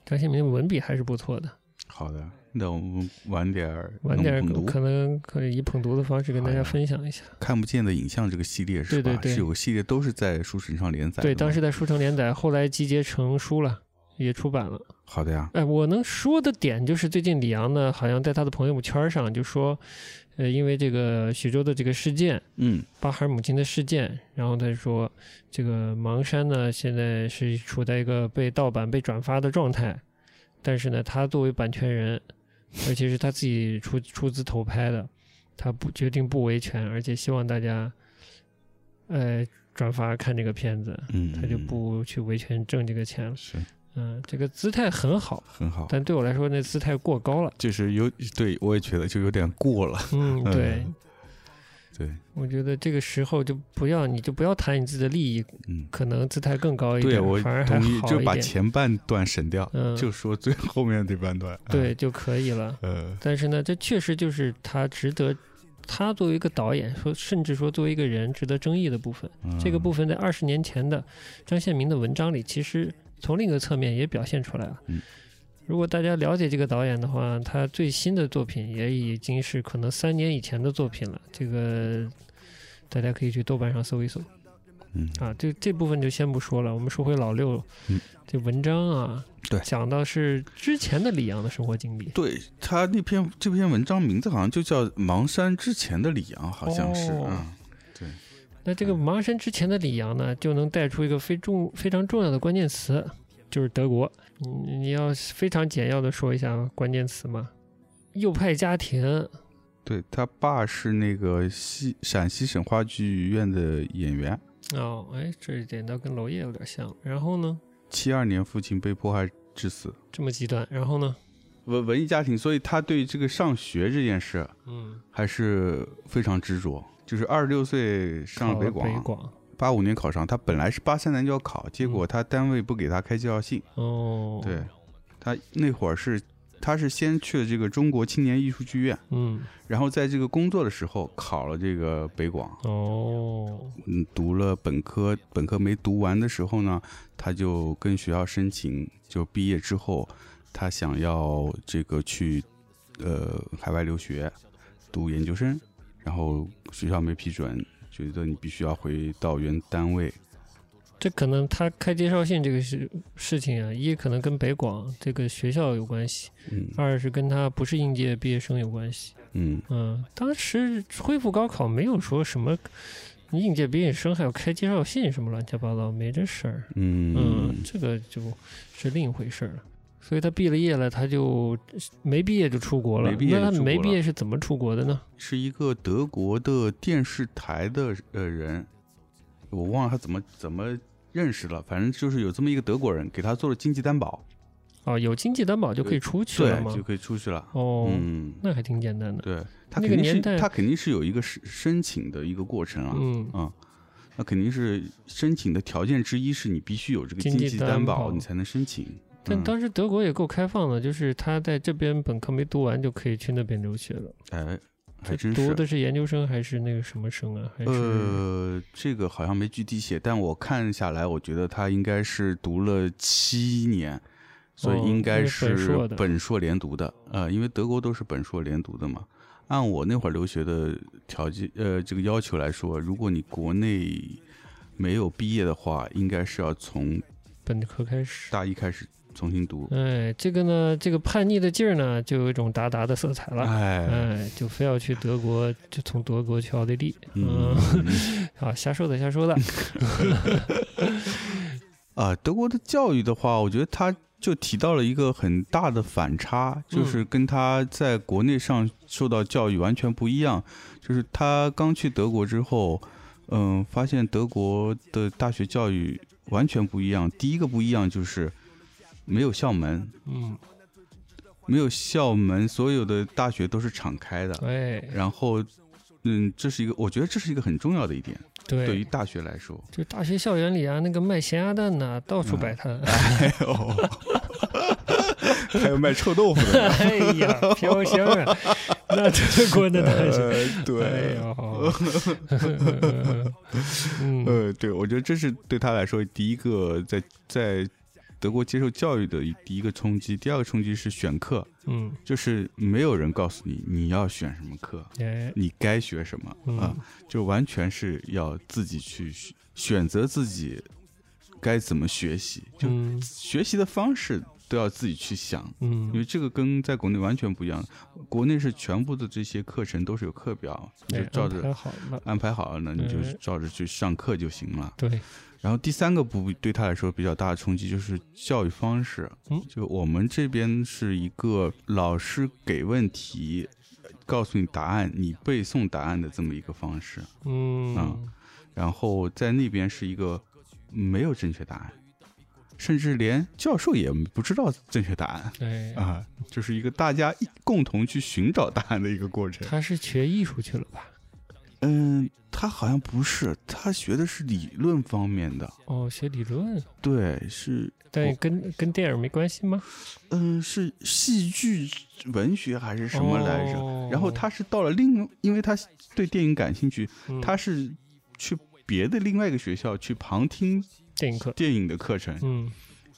B: 张献民的文笔还是不错的，
A: 好的，那我们晚点儿
B: 晚点儿
A: 能
B: 可
A: 不能
B: 可能可以以捧读的方式跟大家分享一下。
A: 看不见的影像这个系列是吧？
B: 对对对
A: 是有个系列都是在书城上连载的吗。
B: 对，当时在书城连载，后来集结成书了，也出版了。
A: 好的呀，
B: 哎，我能说的点就是，最近李阳呢，好像在他的朋友圈上就说，呃，因为这个徐州的这个事件，
A: 嗯
B: 巴哈尔母亲的事件，然后他说，这个盲山呢，现在是处在一个被盗版、被转发的状态，但是呢，他作为版权人，而且是他自己出出资投拍的，他不决定不维权，而且希望大家，呃，转发看这个片子，
A: 嗯，
B: 他就
A: 嗯
B: 不去维权挣这个钱了。
A: 是
B: 嗯，这个姿态很好，
A: 很好，
B: 但对我来说那姿态过高了。
A: 就是有对我也觉得就有点过了，
B: 嗯，对，
A: 嗯对，
B: 我觉得这个时候就不要，你就不要谈你自己的利益，
A: 嗯，
B: 可能姿态更高一点，
A: 对我
B: 反而还
A: 同意，
B: 好
A: 就
B: 一
A: 把
B: 点，
A: 前半段省掉，
B: 嗯，
A: 就说最后面这半段。啊
B: 对，就可以了。
A: 呃，
B: 但是呢，这确实就是他值得，他作为一个导演说，甚至说作为一个人值得争议的部分。这个部
A: 分，
B: 分在二十年前的张献民的文章里，其实从另一个侧面也表现出来了
A: 嗯。
B: 如果大家了解这个导演的话，他最新的作品也已经是可能三年以前的作品了。这个大家可以去豆瓣上搜一搜
A: 嗯，
B: 啊。这这部分就先不说了，我们说回老六
A: 嗯，
B: 这文章啊，
A: 对
B: 讲到是之前的李阳的生活经历，
A: 对他那篇这篇文章名字好像就叫《盲山之前的李阳》，好像是，
B: 哦
A: 嗯，
B: 那这个盲山之前的李阳呢，就能带出一个非重非常重要的关键词，就是德国。你你要非常简要的说一下关键词嘛？右派家庭，
A: 对他爸是那个西陕西省话剧院的演员，
B: 哦，哎，这一点倒跟娄烨有点像。然后呢，
A: 七二年父亲被迫害致死，
B: 这么极端，然后呢，
A: 文文艺家庭，所以他对这个上学这件事
B: 嗯，
A: 还是非常执着。就是二十六岁上
B: 考
A: 了北
B: 了
A: 广，八五年考上，他本来是八三年就要考，结
B: 嗯
A: 果他单位不给他开介绍信。
B: 哦，
A: 对，他那会儿是，他是先去了这个中国青年艺术剧院，
B: 嗯，
A: 然后在这个工作的时候考了这个北广，
B: 哦，
A: 嗯，读了本科，本科没读完的时候呢，他就跟学校申请，就毕业之后，他想要这个去呃海外留学，读研究生，然后学校没批准，觉得你必须要回到原单位，
B: 这可能他开介绍信这个事事情啊，一可能跟北广这个学校有关系，
A: 嗯
B: 二是跟他不是应届毕业生有关系。
A: 嗯，
B: 嗯，当时恢复高考没有说什么应届毕业生还有开介绍信什么乱七八糟，没这事儿。嗯，
A: 嗯，
B: 这个就是另一回事儿了。所以他毕了业了，他就呃没毕业就出国了。
A: 没毕业就
B: 那他
A: 出
B: 没
A: 国
B: 毕
A: 了
B: 业是怎么出国的呢？
A: 是一个德国的电视台的呃人，我忘了他怎么怎么认识了，反正就是有这么一个德国人给他做了经济担保，
B: 哦，有经济担保就可以出去了
A: 对，
B: 吗
A: 就？可以出去了。
B: 哦，
A: 嗯，
B: 那还挺简单的。
A: 对他
B: 那
A: 肯
B: 个
A: 定是
B: 年代
A: 他肯定是有一个申申请的一个过程啊，
B: 嗯
A: 啊，那肯定是申请的条件之一是你必须有这个
B: 经
A: 经
B: 济
A: 济
B: 担
A: 担
B: 保
A: 保，你才能申请。
B: 但
A: 嗯
B: 当时德国也够开放的，就是他在这边本科没读完就可以去那边留学了。
A: 哎，还
B: 他
A: 真
B: 读
A: 是。
B: 的是研究生还是那个什么生啊？还是、
A: 呃，这个好像没具体写，但我看下来，我觉得他应该是读了七年，所以
B: 哦
A: 应该
B: 那是本
A: 是
B: 硕的
A: 本硕连读的。呃，因为德国都是本硕连读的嘛。按我那会儿留学的条件，呃，这个要求来说，如果你国内没有毕业的话，应该是要从
B: 本科开始？
A: 大一开始重新读。
B: 哎，这个呢，这个叛逆的劲儿呢，就有一种达达的色彩了。
A: 哎，
B: 哎，就非要去德国，就从德国去奥地利。
A: 嗯
B: 嗯， 啊，瞎说的，瞎说的。
A: 啊，德国的教育的话，我觉得他就提到了一个很大的反差，就是跟他在国内上受到教育完全不一样。就是他刚去德国之后，嗯，发现德国的大学教育完全不一样。第一个不一样就是没有校门，
B: 嗯，
A: 没有校门，所有的大学都是敞开的。
B: 哎，
A: 然后，嗯，这是一个，我觉得这是一个很重要的一点，对于
B: 对，
A: 大学来说。
B: 就大学校园里啊，那个卖咸鸭蛋呐、到处摆摊。
A: 哎呦，还有卖臭豆腐的呢。
B: 哎呀，飘香啊！那德国的大学，
A: 呃，
B: 哎
A: 对，
B: 呦，嗯，
A: 呃，对，我觉得这是对他来说第一个在在德国接受教育的一第一个冲击，第二个冲击是选课，
B: 嗯，
A: 就是没有人告诉你你要选什么课，
B: 哎，
A: 你该学什么
B: 嗯
A: 啊、就完全是要自己去选选择自己该怎么学习， 就
B: 嗯
A: 学习的方式都要自己去想。因为
B: 嗯，
A: 这个跟在国内完全不一样，国内是全部的这些课程都是有课表，你就
B: 哎
A: 照
B: 安
A: 着
B: 排好了，
A: 安排好了呢，你就
B: 嗯
A: 照着去上课就行了。
B: 对，
A: 然后第三个不对他来说比较大的冲击就是教育方式
B: 嗯，
A: 就我们这边是一个老师给问题，告诉你答案，你背诵答案的这么一个方式，
B: 嗯
A: 嗯，然后在那边是一个没有正确答案，甚至连教授也不知道正确答案
B: 哎，
A: 啊，就是一个大家一共同去寻找答案的一个过程。
B: 他是学艺术去了吧？
A: 嗯，他好像不是，他学的是理论方面的，
B: 哦，学理论，
A: 对，是，
B: 但
A: 我
B: 跟跟电影没关系吗？
A: 嗯，是戏剧文学还是什么来着？
B: 哦
A: 然后他是到了另，因为他对电影感兴趣，
B: 嗯
A: 他是去别的另外一个学校去旁听
B: 电影课，
A: 电影的课程，
B: 嗯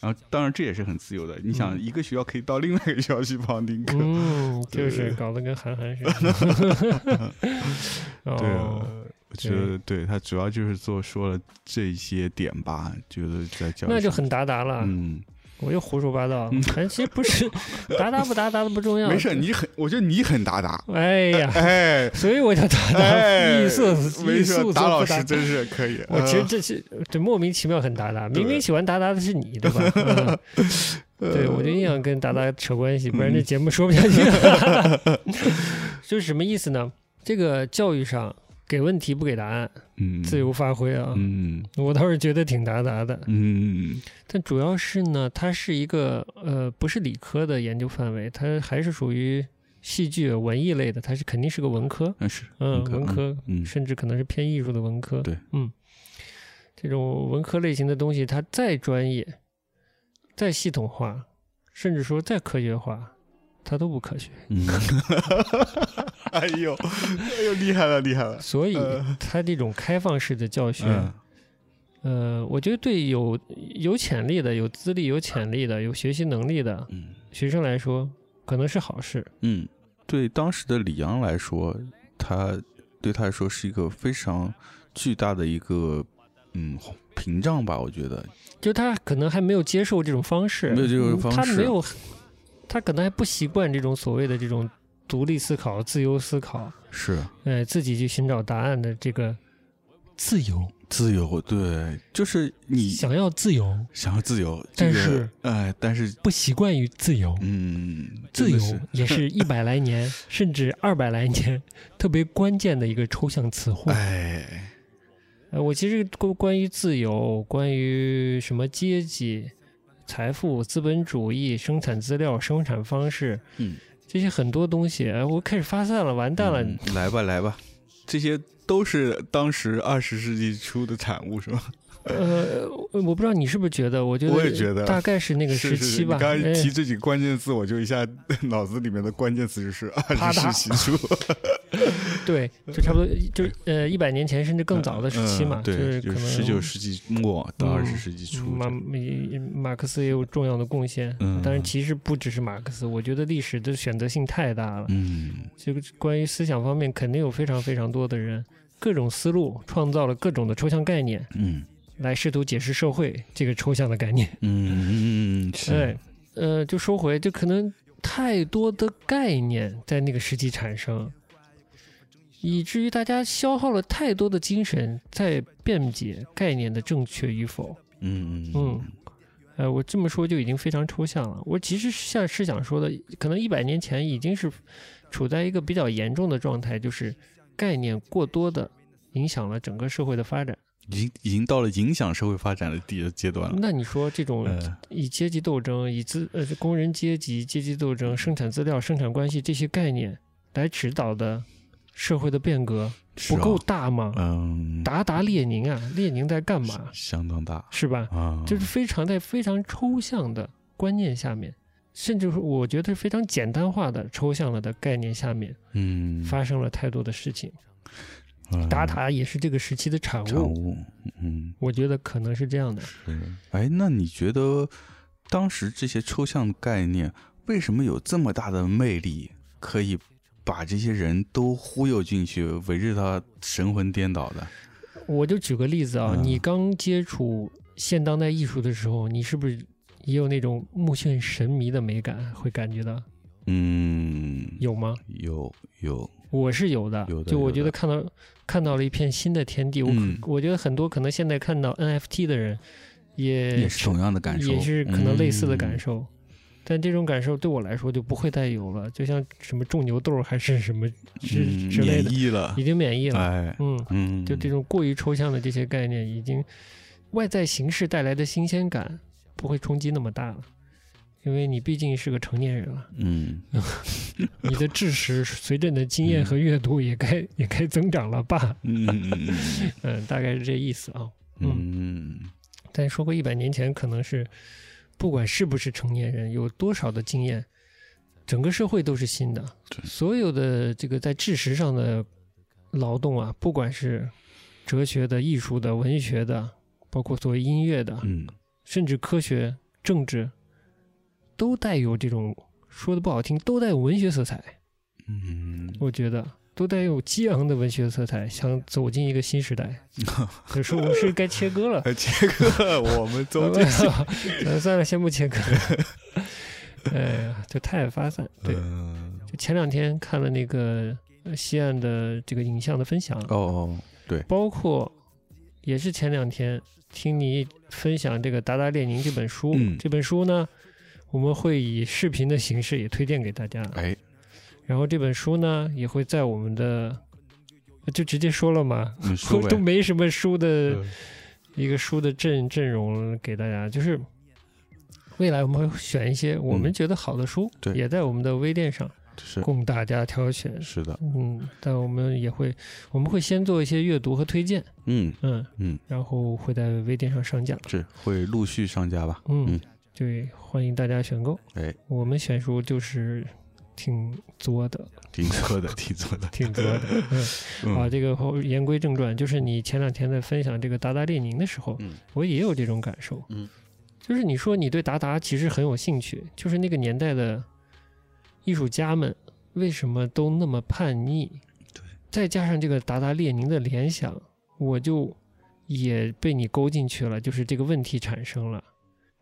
A: 然后当然这也是很自由的，你想
B: 嗯
A: 一个学校可以到另外一个学校去旁听课，
B: 嗯，
A: 对
B: 就是搞得跟韩寒似 的。
A: 对啊
B: 哦，。
A: 我觉得对他主要就是做说了这些点吧，觉得在教育
B: 那就
A: 上
B: 很达达了。
A: 嗯，
B: 我又胡说八道了，但其实 不是达达不达达的不重要。
A: 没事，你很，我觉得你很达 达，
B: 哎呀，
A: 哎，
B: 所以我叫达达，
A: 哎，
B: 艺术
A: 没
B: 艺
A: 事，
B: 术
A: 达老
B: 不
A: 师
B: 达。
A: 真是可以。
B: 我其实这是这莫名其妙很达达，明明喜欢达达的是你，对吧？嗯
A: 呃
B: 对，我就硬要跟达达扯关系，不然
A: 嗯
B: 这节目说不下去。 就是什么意思呢？这个教育上给问题不给答案，
A: 嗯
B: 自，由发挥啊，
A: 嗯
B: 我倒是觉得挺达达的。
A: 嗯
B: 但主要是呢，它是一个呃，不是理科的研究范围，它还是属于戏剧文艺类的，它是肯定是个文科，
A: 嗯，是，
B: 嗯，
A: 文
B: 文
A: 科
B: 科，
A: 嗯
B: 甚至可能是偏艺术的文科，
A: 对，
B: 嗯，这种文科类型的东西，它再专业、再系统化，甚至说再科学化，它都不科学，
A: 嗯，哎呦，哎呦，厉害了，厉害了，
B: 所以
A: 呃
B: 它这种开放式的教学，
A: 嗯
B: 呃，我觉得对有有潜力的、有资历、有潜力的、有学习能力的
A: 嗯
B: 学生来说，可能是好事。
A: 嗯，对当时的李阳来说，他对他来说是一个非常巨大的一个嗯屏障吧，我觉得，
B: 就他可能还没有接受这种方式，
A: 没有接受这种方式
B: 嗯他没有，他可能还不习惯这种所谓的这种独立思考、自由思考，
A: 是
B: 呃，自己去寻找答案的这个自由，
A: 自由，对，就是你
B: 想要自由，
A: 想要自由，
B: 但
A: 这个
B: 是
A: 哎，但是
B: 不习惯于自由，
A: 嗯，
B: 自
A: 真的
B: 由
A: 是
B: 也是一百来年 甚至二百来年特别关键的一个抽象词汇。
A: 哎。
B: 呃，我其实关关于自由，关于什么阶级、财富、资本主义、生产资料、生产方式，
A: 嗯，
B: 这些很多东西，哎，我开始发散了，完蛋了。
A: 嗯来吧，来吧，这些都是当时二十世纪初的产物，是吧？
B: 呃，我我不知道你是不是觉得，我觉得
A: 我也觉得
B: 大概是那个
A: 是
B: 时
A: 是
B: 期
A: 是
B: 吧。
A: 你刚才
B: 哎
A: 提这几个关键字，我就一下脑子里面的关键词 就是啊，日式
B: 嗒
A: 习俗，
B: 对，就差不多，就是呃一百年前甚至 更早的时期嘛，
A: 嗯
B: 就是
A: 对，
B: 可能
A: 十九世纪末到
B: 嗯
A: 二十世纪初
B: 马
A: 这样，
B: 马克思也有重要的贡献，
A: 嗯
B: 但是其实不只是马克思，我觉得历史的选择性太大了。
A: 嗯
B: 这个关于思想方面，肯定有非常非常多的人，各种思路创造了各种的抽象概念，
A: 嗯
B: 来试图解释社会这个抽象的概念。
A: 嗯嗯嗯，
B: 哎
A: 是，，
B: 呃，就说回，就可能太多的概念在那个时期产生，以至于大家消耗了太多的精神在辩解概念的正确与否。
A: 嗯
B: 嗯，呃，我这么说就已经非常抽象了。我其实像是想说的，可能一百年前已经是处在一个比较严重的状态，就是概念过多的影响了整个社会的发展。
A: 已经已经到了影响社会发展的地阶段了，
B: 那你说这种
A: 呃
B: 以阶级斗争、以资呃工人阶级、阶级斗争、生产资料、生产关系这些概念来指导的社会的变革
A: 是
B: 不
A: 啊
B: 够大吗？
A: 嗯，
B: 达达列宁啊，列宁在干嘛？
A: 相当大
B: 是吧？
A: 啊，
B: 就是非常在非常抽象的观念下面，甚至是我觉得非常简单化的抽象了的概念下面，
A: 嗯，
B: 发生了太多的事情。
A: 嗯
B: 达塔也是这个时期的产
A: 产
B: 物，
A: 物，嗯，
B: 我觉得可能是这样的。
A: 是。哎，那你觉得当时这些抽象概念为什么有这么大的魅力，可以把这些人都忽悠进去，围着他神魂颠倒的？
B: 我就举个例子啊，
A: 嗯
B: 你刚接触现当代艺术的时候，你是不是也有那种目眩神迷的美感？会感觉到
A: 嗯，
B: 有吗？
A: 有有，
B: 我是有的，
A: 有的
B: 就
A: 有
B: 我
A: 的
B: 觉得看到看到了一片新的天地。我可、
A: 嗯
B: 我觉得很多可能现在看到 NFT 的人也
A: 也是同样的感受，
B: 也是可能类似的感
A: 嗯。
B: 受。但这种感受对我来说就不会再有了，就像什么种牛痘还是什么之、
A: 嗯
B: 之类
A: 免
B: 的，
A: 疫了
B: 已，经免疫了。
A: 哎，
B: 嗯，
A: 嗯，
B: 就这种过于抽象的这些概念，已经外在形式带来的新鲜感不会冲击那么大了，因为你毕竟是个成年人了，
A: 嗯，
B: 你的知识随着你的经验和阅读也该、也该增长了吧？
A: 嗯嗯 嗯嗯
B: 嗯，大概是这意思啊。
A: 嗯嗯，
B: 但说回一百年前，可能是不管是不是成年人，有多少的经验，整个社会都是新的，所有的这个在知识上的劳动啊，不管是哲学的、艺术的、文学的，包括所谓音乐的，
A: 嗯
B: 甚至科学、政治，都带有这种说的不好听，都带有文学色彩。
A: 嗯，
B: 我觉得都带有激昂的文学色彩，想走进一个新时代。可是我们是该切割了。
A: 哎切克，我们 走进，
B: 呃，算了，先 不切割。哎呀，这太发散。对，
A: 嗯
B: 就前两天看了那个呃西岸的这个影像的分享，
A: 哦，对，
B: 包括也是前两天听你分享这个《达达列宁》这本书。
A: 嗯
B: 这本书呢，我们会以视频的形式也推荐给大家。
A: 哎，
B: 然后这本书呢，也会在我们的就直接说了嘛，
A: 你说呗
B: 都，没什么书的
A: 嗯
B: 一个书的阵阵容给大家，就是未来我们会选一些我们
A: 嗯
B: 觉得好的书，
A: 对
B: 也在我们的微店上
A: 是
B: 供大家挑选。
A: 是的，
B: 嗯，但我们也会，我们会先做一些阅读和推荐，
A: 嗯
B: 嗯
A: 嗯，
B: 然后会在微店上上架，
A: 是会陆续上架吧？
B: 嗯
A: 嗯，
B: 对，欢迎大家选购。
A: 哎，
B: 我们选书就是挺作的，
A: 挺错的，挺错 的，
B: 挺 作的。嗯，啊，这个后言归正传，就是你前两天在分享这个达达列宁的时候，
A: 嗯
B: 我也有这种感受，
A: 嗯，
B: 就是你说你对达达其实很有兴趣，就是那个年代的艺术家们为什么都那么叛逆？
A: 对，
B: 再加上这个达达列宁的联想，我就也被你勾进去了，就是这个问题产生了。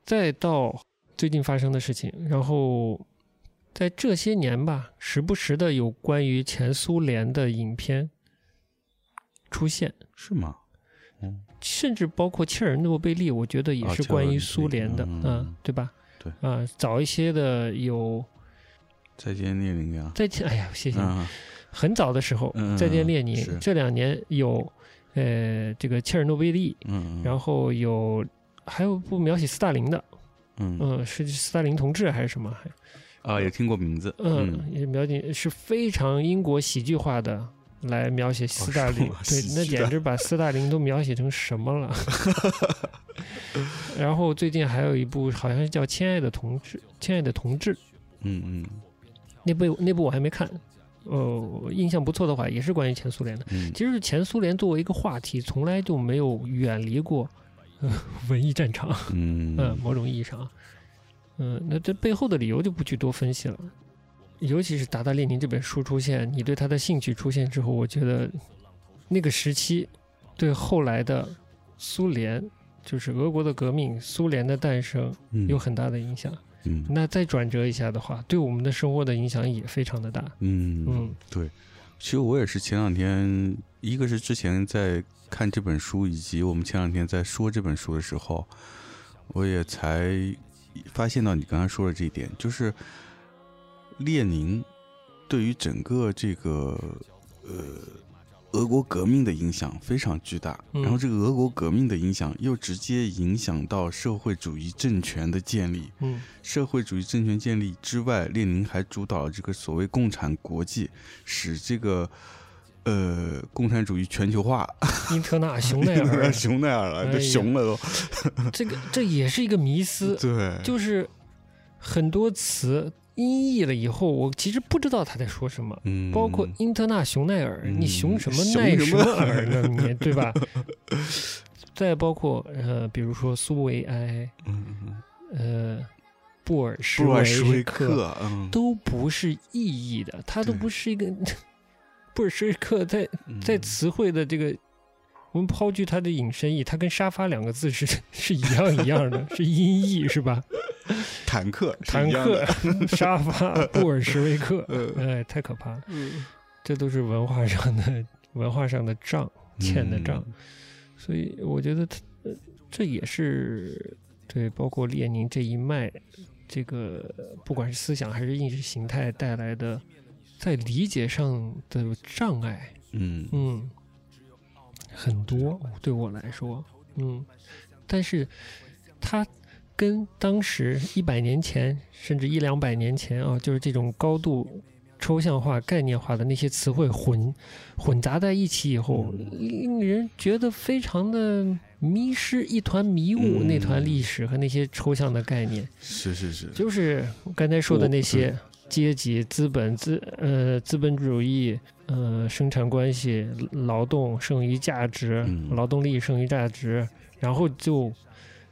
B: 再到最近发生的事情，然后在这些年吧，时不时的有关于前苏联的影片出现，
A: 是吗？
B: 甚至包括切尔诺贝利，我觉得也
A: 啊
B: 是
A: 切尔
B: 关
A: 诺贝
B: 于
A: 利
B: 苏联的，
A: 嗯
B: 啊对吧？
A: 对
B: 啊，早一些的有
A: 再见，列宁呀，
B: 再见，哎呀，谢谢你，
A: 嗯
B: 很早的时候，
A: 嗯嗯
B: 再见列
A: 是
B: 宁，这两年有呃这个切尔诺贝利，
A: 嗯，
B: 然
A: 后
B: 后有还有部描写斯大林的，
A: 嗯
B: 嗯，是斯大林同志还是什么？还嗯
A: 啊，也听过名字，
B: 嗯，也描写是非常英国喜剧化的来描写斯大林，
A: 哦是
B: 对
A: 吗，是
B: 那
A: 的
B: 简直把斯大林都描写成什么 了。然后最近还有一部好像是叫《亲爱的同志》，《亲爱的同志》
A: 嗯嗯
B: 那部那部我还没看，呃，我印象不错的话也是关于前苏联的。
A: 嗯，
B: 其实前苏联作为一个话题，从来就没有远离过、呃、文艺战场。
A: 嗯
B: 嗯，某种意义上啊，嗯，那这背后的理由就不去多分析了。尤其是《达达列宁》这本书出现，你对他的兴趣出现之后，我觉得那个时期对后来的苏联，就是俄国的革命、苏联的诞生
A: 嗯
B: 有很大的影响。
A: 嗯
B: 那再转折一下的话，对我们的生活的影响也非常的大。
A: 嗯
B: 嗯
A: 对，其实我也是前两天，一个是之前在看这本书，以及我们前两天在说这本书的时候，我也才发现到你刚才说的这一点，就是列宁对于整个这个呃俄国革命的影响非常巨大，
B: 嗯
A: 然后这个俄国革命的影响又直接影响到社会主义政权的建立，
B: 嗯
A: 社会主义政权建立之外，列宁还主导了这个所谓共产国际，使这个呃共产主义全球化。
B: 英特纳、啊熊奈尔，
A: 熊奈尔
B: 哎
A: 了，
B: 呀
A: 都熊了都。
B: 这个这也是一个迷思。
A: 对，
B: 就是很多词音译了以后，我其实不知道他在说什么。
A: 嗯，
B: 包括英特纳熊奈尔，
A: 嗯
B: 你熊什么
A: 熊
B: 奈
A: 什
B: 什
A: 么
B: 么尔呢？你对 吧？再包括呃，比如说苏维埃，
A: 嗯
B: 呃，布尔什
A: 布尔什维
B: 维
A: 克，嗯，
B: 都不是意义的，它都
A: 对
B: 不是一个 布尔什维克在在
A: 嗯
B: 词汇的这个，我们抛去它的引申义，它跟沙发两个字是是一样一样的，是音译是吧？
A: 坦克是
B: 坦
A: 一样的
B: 克、沙发、布尔什维克，
A: 呃
B: 哎，太可怕了！这都是文化上的文化上的账，
A: 嗯
B: 欠的账。所以我觉得他，呃这也是对包括列宁这一脉，这个呃不管是思想还是意识形态带来的，在理解上的障碍，
A: 嗯嗯
B: 嗯，很多对我来说，嗯，但是它跟当时一百年前甚至一两百年前啊，就是这种高度抽象化、概念化的那些词汇混混杂在一起以后，令人觉得非常的迷失，一团迷雾。
A: 嗯
B: 那团历史和那些抽象的概念，
A: 是是是，
B: 嗯就是我刚才说的
A: 我嗯
B: 那些阶级、资本、资呃资本主义、呃生产关系、劳动剩余价值、
A: 嗯
B: 劳动力剩余价值，然后就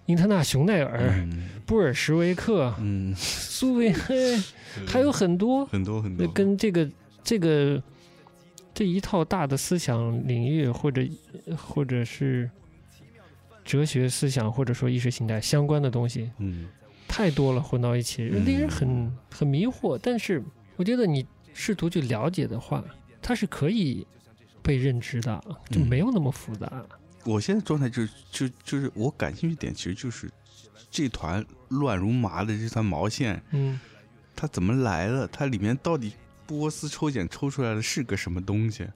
B: 英特纳、熊奈尔、
A: 嗯
B: 布尔什维克、
A: 嗯，
B: 苏维 埃，还有很多
A: 很多很
B: 那
A: 多
B: 跟这个这个这一套大的思想领域，或者或者是哲学思想，或者说意识形态相关的东西，
A: 嗯
B: 太多了，混到一起，
A: 嗯
B: 令人很很迷惑。但是我觉得你试图去了解的话，它是可以被认知的，就
A: 嗯
B: 没有那么复杂。
A: 我现在状态就是就就是我感兴趣点其实就是这团乱如麻的这团毛线。
B: 嗯
A: 它怎么来的？它里面到底波斯抽检抽出来的是个什么东西？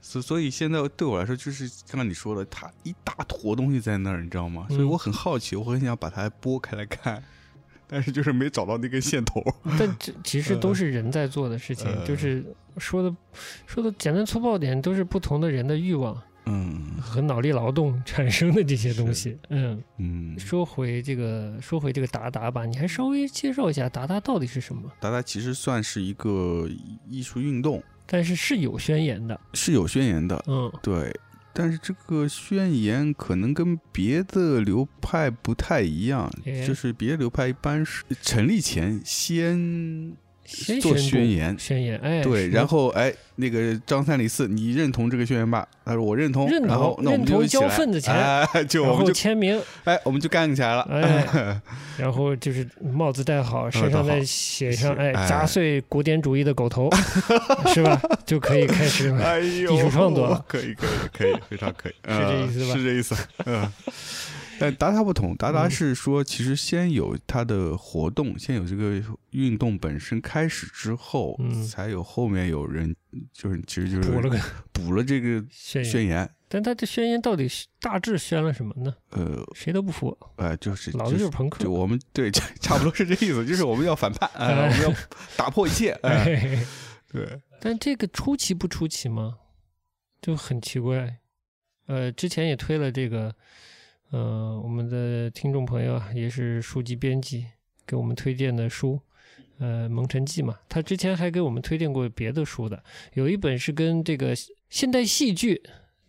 A: 所所以现在对我来说，就是刚刚你说的，它一大坨东西在那儿，你知道吗？
B: 嗯
A: 所以我很好奇，我很想把它拨开来看，但是就是没找到那根线头。
B: 但这其实都是人在做的事情，
A: 呃
B: 就是说的说的简单粗暴点，都是不同的人的欲望
A: 嗯
B: 和脑力劳动产生的这些东西。嗯，
A: 嗯，
B: 说回这个，说回这个达达吧，你还稍微介绍一下达达到底是什么？
A: 达达其实算是一个艺术运动，
B: 但是是有宣言的，
A: 是有宣言的，
B: 嗯
A: 对，但是这个宣言可能跟别的流派不太一样，
B: 哎
A: 就是别的流派一般是成立前先
B: 先
A: 做
B: 宣布
A: 宣言，
B: 宣言，哎，
A: 对，
B: 是的
A: 然后哎，那个张三李四，你认同这个宣言吧？他说我认同，
B: 认同
A: 然后那我们
B: 认同
A: 就一起来
B: 交份子钱
A: 哎， 就
B: 然
A: 我们
B: 后
A: 就
B: 签名，
A: 哎，我们就干起来了，
B: 哎，然后就是帽子戴好，身
A: 嗯
B: 上再写上
A: 是
B: 哎
A: 哎
B: 砸碎古典主义的 狗头，是吧？就可以开始了。
A: 哎呦，
B: 艺术创作
A: 可以，可以，可以，非常可以，
B: 是这意思吧
A: 嗯是这意思。嗯，但达达不同，达
B: 嗯
A: 达是说，其实先有它的活动，先有这个运动本身开始之后，
B: 嗯
A: 才有后面有人，就是其实就是
B: 补了个
A: 补了这个
B: 宣
A: 嗯
B: 言，
A: 宣言。
B: 但他这宣言到底是大致宣了什么呢？
A: 呃，
B: 谁都不服，
A: 呃，就是
B: 老
A: 就
B: 子就是
A: 是
B: 朋克
A: 就。 我们对，差差不多是这意思，就是我们要反叛，哎，
B: 哎
A: 我们要打破一切，哎，
B: 哎
A: 对，
B: 但这个出奇不出奇吗？就很奇怪。呃，之前也推了这个，呃，我们的听众朋友啊，也是书籍编辑给我们推荐的书，呃，《蒙尘记》嘛。他之前还给我们推荐过别的书的，有一本是跟这个现代戏剧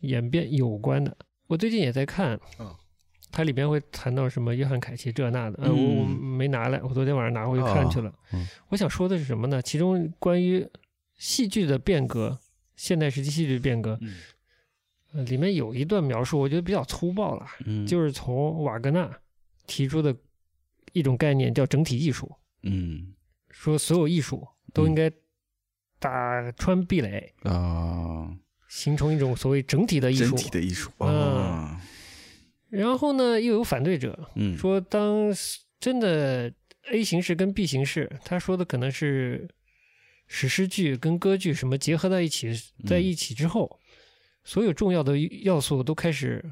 B: 演变有关的。我最近也在看，
A: 嗯
B: 它里边会谈到什么约翰凯奇这那的，呃，我我
A: 嗯
B: 没拿来，我昨天晚上拿回去看去了。
A: 嗯
B: 我想说的是什么呢？其中关于戏剧的变革，现代时期戏剧变革，
A: 嗯
B: 呃里面有一段描述，我觉得比较粗暴了，
A: 嗯
B: 就是从瓦格纳提出的一种概念叫整体艺术，
A: 嗯
B: 说所有艺术都应该打穿壁垒，
A: 啊，
B: 形成一种所谓整体的艺
A: 整
B: 术。
A: 体的艺术
B: 嗯
A: 啊，
B: 然后呢，又有反对者，
A: 嗯，
B: 说当真的 A 形式跟 B 形式，他说的可能是史诗剧跟歌剧什么结合在一起，在一起之后，所有重要的要素都开始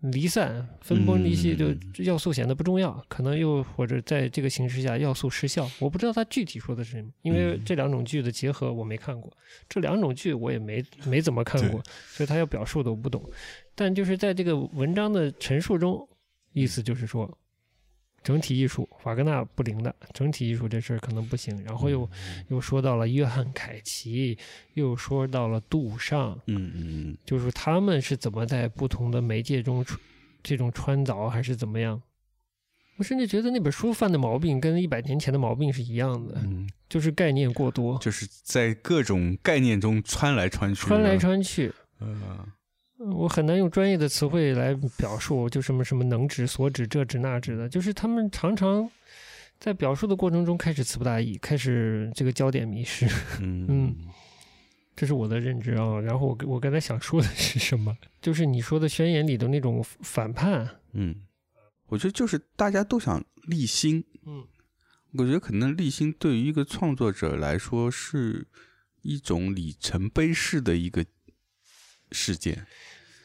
B: 离散、分崩离析，
A: 嗯
B: 就要素显得不重要，可能又或者在这个形式下要素失效。我不知道他具体说的是什么，因为这两种剧的结合我没看过，这两种剧我也没没怎么看过，所以他要表述的我不懂。但就是在这个文章的陈述中，意思就是说，整体艺术瓦格纳不灵的，整体艺术这事儿可能不行。然后又又说到了约翰凯奇，又说到了杜尚，
A: 嗯嗯
B: 就是他们是怎么在不同的媒介中出这种穿凿，还是怎么样？我甚至觉得那本书犯的毛病跟一百年前的毛病是一样的，
A: 嗯，
B: 就是概念过多，
A: 就是在各种概念中穿来穿去的，
B: 穿来穿去。
A: 嗯，
B: 我很难用专业的词汇来表述，就什么什么能指、所指、这指、那指的，就是他们常常在表述的过程中开始词不达意，开始这个焦点迷失，
A: 嗯
B: 嗯这是我的认知啊。然后我我刚才想说的是什么？就是你说的宣言里的那种反叛，
A: 嗯，我觉得就是大家都想立新，
B: 嗯，
A: 我觉得可能立新对于一个创作者来说是一种里程碑式的一个事件，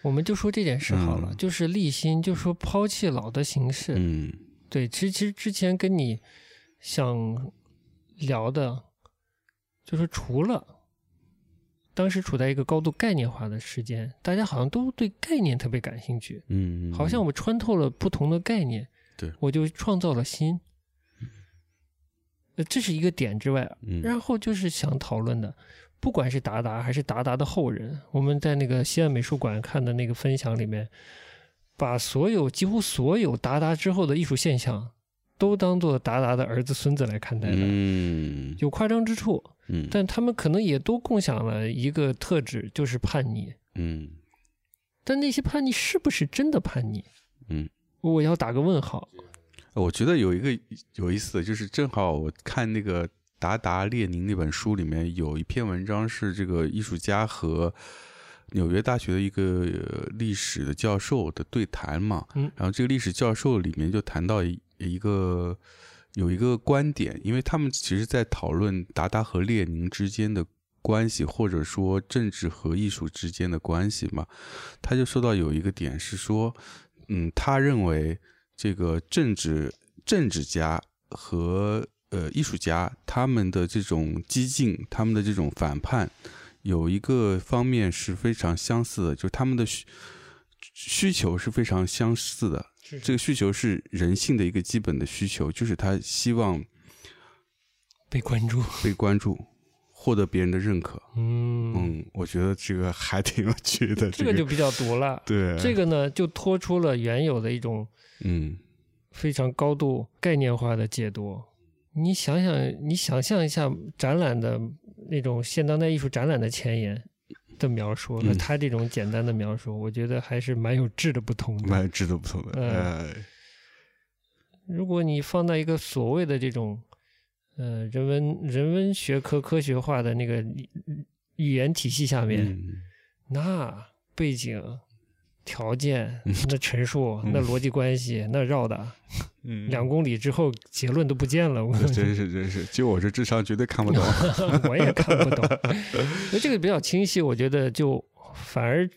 B: 我们就说这件事好了，
A: 嗯
B: 就是立新，就说抛弃老的形式，
A: 嗯
B: 对，其实其实之前跟你想聊的，就是除了当时处在一个高度概念化的时间，大家好像都对概念特别感兴趣，
A: 嗯，
B: 好像我穿透了不同的概念，
A: 对
B: 我就创造了新。呃，这是一个点之外，
A: 嗯
B: 然后就是想讨论的，不管是达达还是达达的后人，我们在那个西安美术馆看的那个分享里面，把所有几乎所有达达之后的艺术现象，都当做达达的儿子孙子来看待的，
A: 嗯
B: 有夸张之处，
A: 嗯
B: 但他们可能也都共享了一个特质，就是叛逆。
A: 嗯
B: 但那些叛逆是不是真的叛逆？
A: 嗯，
B: 我要打个问号。
A: 我觉得有一个有意思的就是，正好我看那个达达列宁那本书里面有一篇文章，是这个艺术家和纽约大学的一个呃历史的教授的对谈嘛。
B: 嗯
A: 然后这个历史教授里面就谈到一一个有一个观点，因为他们其实在讨论达达和列宁之间的关系，或者说政治和艺术之间的关系嘛。他就说到有一个点是说，嗯，他认为这个政治政治家和呃艺术家他们的这种激进，他们的这种反叛，有一个方面是非常相似的，就是他们的需需求是非常相似的。这个需求是人性的一个基本的需求，就是他希望
B: 被关注，
A: 被关注，获得别人的认可。
B: 嗯，
A: 嗯，我觉得这个还挺有趣的。
B: 这
A: 个
B: 个就比较毒了。
A: 对
B: 这个呢，就脱出了原有的一种
A: 嗯
B: 非常高度概念化的解读。你想想，你想象一下展览的那种现当代艺术展览的前沿的描述和
A: 嗯
B: 他这种简单的描述，我觉得还是蛮有质的不同的。
A: 蛮值得不同的。
B: 嗯
A: 哎
B: 如果你放到一个所谓的这种，呃，人文人文学科科学化的那个语语言体系下面，
A: 嗯
B: 那背景、条件、那陈述、那逻辑关系、那绕的
A: 嗯
B: 两公里之后，结论都不见了。我跟你
A: 真是真是，就我这智商绝对看不 懂。
B: 说我也看不懂，所以这个比较清晰，我觉得就反而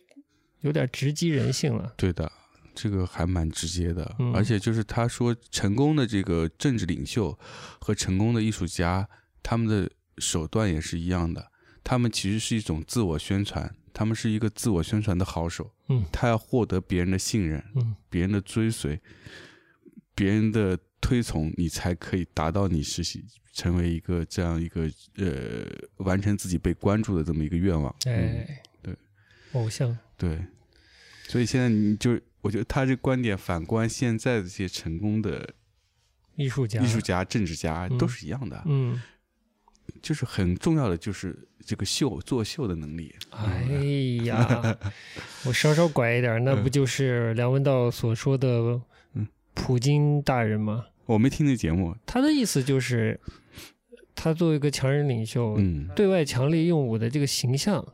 B: 有点直击人性了。
A: 对的，这个还蛮直接的，
B: 嗯
A: 而且就是他说，成功的这个政治领袖和成功的艺术家，他们的手段也是一样的，他们其实是一种自我宣传，他们是一个自我宣传的好手，
B: 嗯
A: 他要获得别人的信任，
B: 嗯
A: 别人的追随，别人的推崇，你才可以达到你实习成为一个这样一个呃完成自己被关注的这么一个愿望。嗯，
B: 哎，
A: 对，
B: 偶像，
A: 对，所以现在你就我觉得他这观点反观现在的这些成功的
B: 艺术家，
A: 艺术，家、政治家
B: 嗯
A: 都是一样的，
B: 嗯，
A: 就是很重要的就是这个秀作秀的能力。
B: 哎呀，我稍稍拐一点，那不就是梁文道所说的
A: 嗯
B: 普京大人吗？
A: 我没听那节目，
B: 他的意思就是，他作为一个强人领袖，
A: 嗯，
B: 对外强力用武的这个形象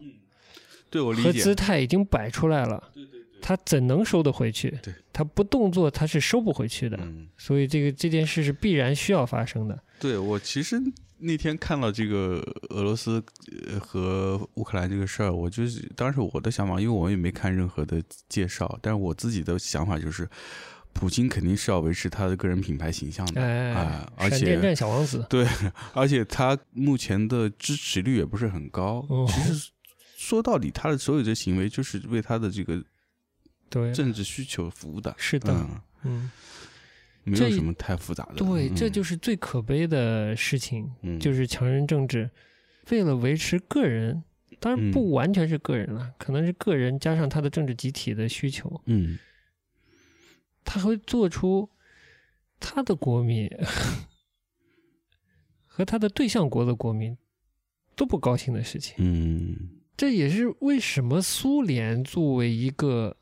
A: 对我
B: 和
A: 理解，
B: 姿态已经摆出来了，他怎能收得回去
A: 对？
B: 他不动作，他是收不回去的。
A: 嗯，
B: 所以这个这件事是必然需要发生的。
A: 对我其实那天看到这个俄罗斯呃和乌克兰这个事儿，我就是当时我的想法，因为我也没看任何的介绍，但是我自己的想法就是，普京肯定是要维持他的个人品牌形象的，
B: 哎
A: 啊，而
B: 闪电
A: 且
B: 战小王子，
A: 而且他目前的支持率也不是很高。
B: 哦
A: 其实说到底，他的所有的行为就是为他的这个
B: 对，
A: 政治需求服务的，
B: 是的，
A: 嗯，
B: 嗯，
A: 没
B: 这
A: 有什么太复杂的。
B: 对，这就是是最可悲的事情，
A: 嗯，
B: 就是是强人政治，为了维持个人，当
A: 嗯
B: 然不完全是个人了，可能是个人加上他的政治集体的需求，
A: 嗯，
B: 他会做出他的国民 和他的对象国的国民都不高兴的事情。
A: 嗯
B: 这也是为什么苏联作为一个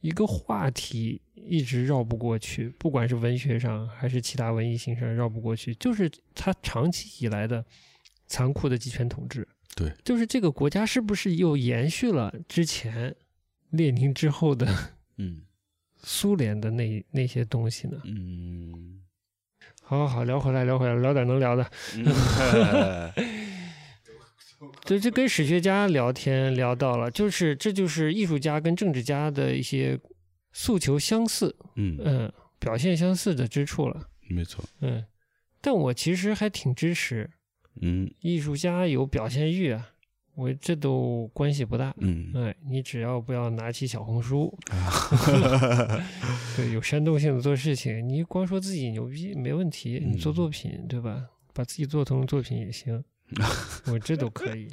B: 一个话题一直绕不过去，不管是文学上还是其他文艺性上绕不过去，就是它长期以来的残酷的集权统治。
A: 对，
B: 就是这个国家是不是又延续了之前列宁之后的
A: 嗯
B: 苏联的那那些东西呢？
A: 嗯。
B: 好好好，聊回来，聊回来，聊点能聊的。
A: 嗯
B: 对，这跟史学家聊天聊到了，就是这就是艺术家跟政治家的一些诉求相似，
A: 嗯，
B: 嗯，表现相似的之处了，
A: 没错，
B: 嗯。但我其实还挺支持
A: 嗯
B: 艺术家有表现欲啊，我这都关系不大。
A: 嗯，
B: 哎，你只要不要拿起小红书，对，有煽动性的做事情，你光说自己牛逼没问题，你做
A: 嗯
B: 作品对吧？把自己做成作品也 行，我这都可以。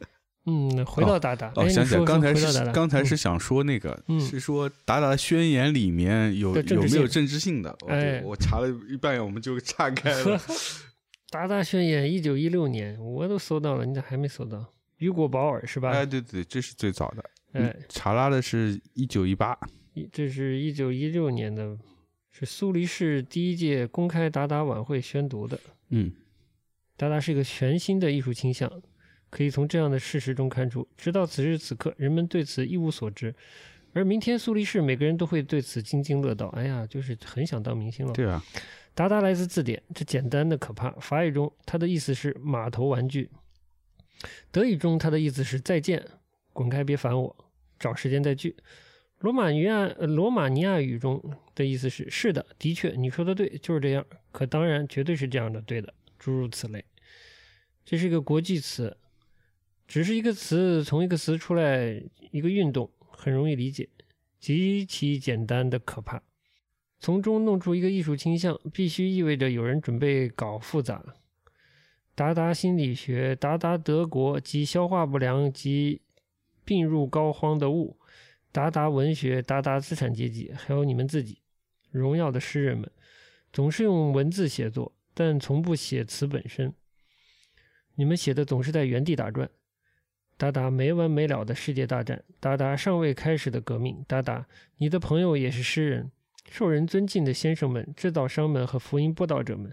B: 嗯，回到达达，哎，
A: 哦，
B: 你
A: 想起来
B: 说
A: 刚才
B: 说回到达
A: 是
B: 达
A: 刚才
B: 嗯
A: 是想说那个，
B: 嗯
A: 是说《达达宣言》里面有
B: 的政
A: 有
B: 治
A: 没有
B: 性
A: 政治性的？我
B: 哎
A: 我查了一半，我们就岔开 了。
B: 达达宣言一九一六年，我都搜到了，你咋还没搜到？雨果保尔是吧？
A: 哎，对对，这是最早的。
B: 哎，
A: 查拉的是一九一八，
B: 一这是一九一六年的，是苏黎世第一届公开达达晚会宣读的。
A: 嗯
B: 达达是一个全新的艺术倾向，可以从这样的事实中看出，直到此时此刻，人们对此一无所知，而明天苏黎世每个人都会对此津津乐道。哎呀，就是很想当明星了。
A: 对啊，
B: 达达来自字典，这简单的可怕。法语中它的意思是码头玩具，德语中它的意思是再见，滚开别烦我，找时间再聚。罗马尼亚呃罗马尼亚语中的意思是是的，的确你说的对，就是这样。可当然绝对是这样的，对的，诸如此类。这是一个国际词，只是一个词从一个词出来一个运动，很容易理解，极其简单的可怕。从中弄出一个艺术倾向，必须意味着有人准备搞复杂。达达心理学、达达德国及消化不良及病入膏肓的物，达达文学、达达资产阶级，还有你们自己，荣耀的诗人们，总是用文字写作，但从不写词本身。你们写的总是在原地打转。达达没完没了的世界大战，达达尚未开始的革命，达达，你的朋友也是诗人，受人尊敬的先生们、制造商们和福音播道者们，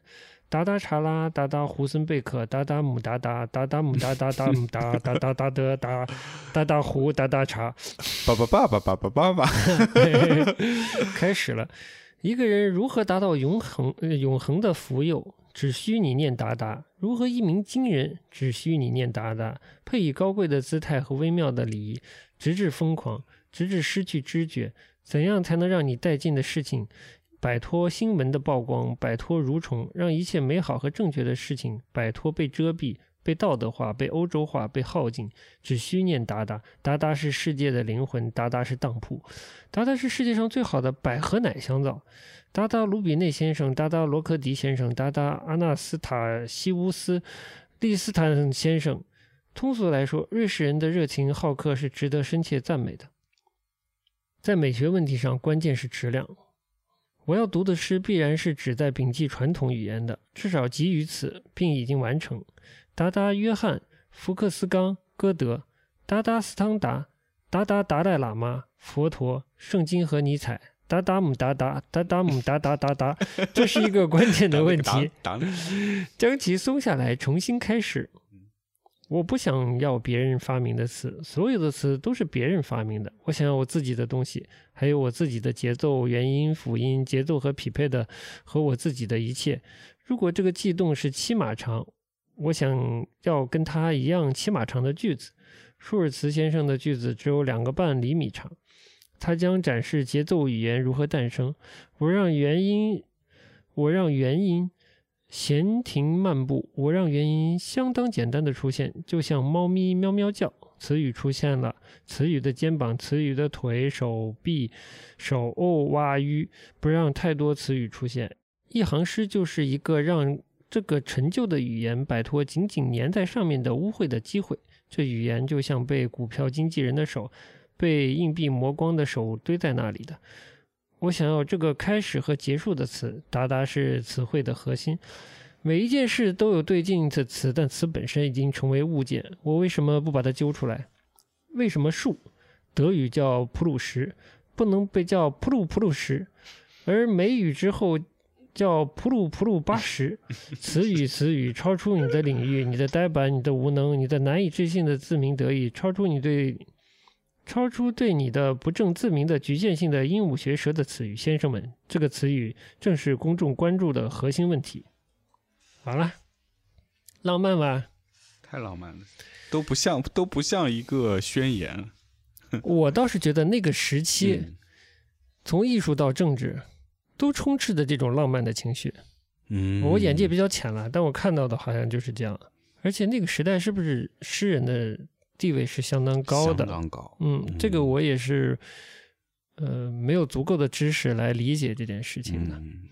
B: 达达查拉、达达胡森贝克、达达姆达达、达达姆达达达姆达达达达德达达达胡达达查，
A: 爸爸爸爸爸爸爸爸，
B: 开始了。一个人如何达到永恒、呃永恒的福佑，只需你念达达；如何一鸣惊人，只需你念达达。配以高贵的姿态和微妙的礼仪，直至疯狂，直至失去知觉。怎样才能让你带进的事情摆脱新闻的曝光，摆脱蠕虫，让一切美好和正确的事情摆脱被遮蔽、被道德化、被欧洲化、被耗尽，只需念达达。达达是世界的灵魂，达达是当铺，达达是世界上最好的百合奶香皂。达达卢比内先生，达达罗科迪先生，达达阿纳斯塔西乌斯利斯坦先生。通俗来说，瑞士人的热情好客是值得深切赞美的。在美学问题上，关键是质量。我要读的诗必然是旨在摒弃传统语言的，至少急于此，并已经完成。达达、约翰、福克斯冈、歌德、达达斯汤达、达达达赖喇嘛、佛陀、圣经和尼采、达达姆达达、达达姆达达达达，这是一个关键的问题。
A: 打那个打
B: 将其松下来，重新开始。我不想要别人发明的词，所有的词都是别人发明的。我想要我自己的东西，还有我自己的节奏、元音、辅音、节奏和匹配的和我自己的一切。如果这个悸动是七码长，我想要跟它一样七码长的句子。舒尔茨先生的句子只有两个半厘米长，他将展示节奏语言如何诞生。 我让元音，我让元音闲庭漫步，我让元音相当简单的出现，就像猫咪喵喵叫。词语出现了，词语的肩膀，词语的腿、手臂、手哦哇吁，不让太多词语出现。一行诗就是一个让这个陈旧的语言摆脱紧紧粘在上面的污秽的机会。这语言就像被股票经纪人的手，被硬币磨光的手堆在那里的。我想要这个开始和结束的词，达达是词汇的核心。每一件事都有对镜的词，但词本身已经成为物件。我为什么不把它揪出来？为什么树，德语叫普鲁什，不能被叫普鲁普鲁什，而美语之后叫普鲁普鲁巴什？词语词语超出你的领域，你的呆板，你的无能，你的难以置信的自鸣得意，超出你对超出对你的不正自明的局限性的鹦鹉学舌的词语，先生们，这个词语正是公众关注的核心问题。完了，浪漫吧？
A: 太浪漫了，都不像都不像一个宣言。
B: 我倒是觉得那个时期，
A: 嗯
B: 从艺术到政治，都充斥着这种浪漫的情绪。
A: 嗯，
B: 我眼界比较浅了，但我看到的好像就是这样。而且那个时代是不是诗人的地位是相当高的
A: 相？当高。
B: 嗯，这个
A: 嗯
B: 我也是，呃，没有足够的知识来理解这件事情的。
A: 嗯，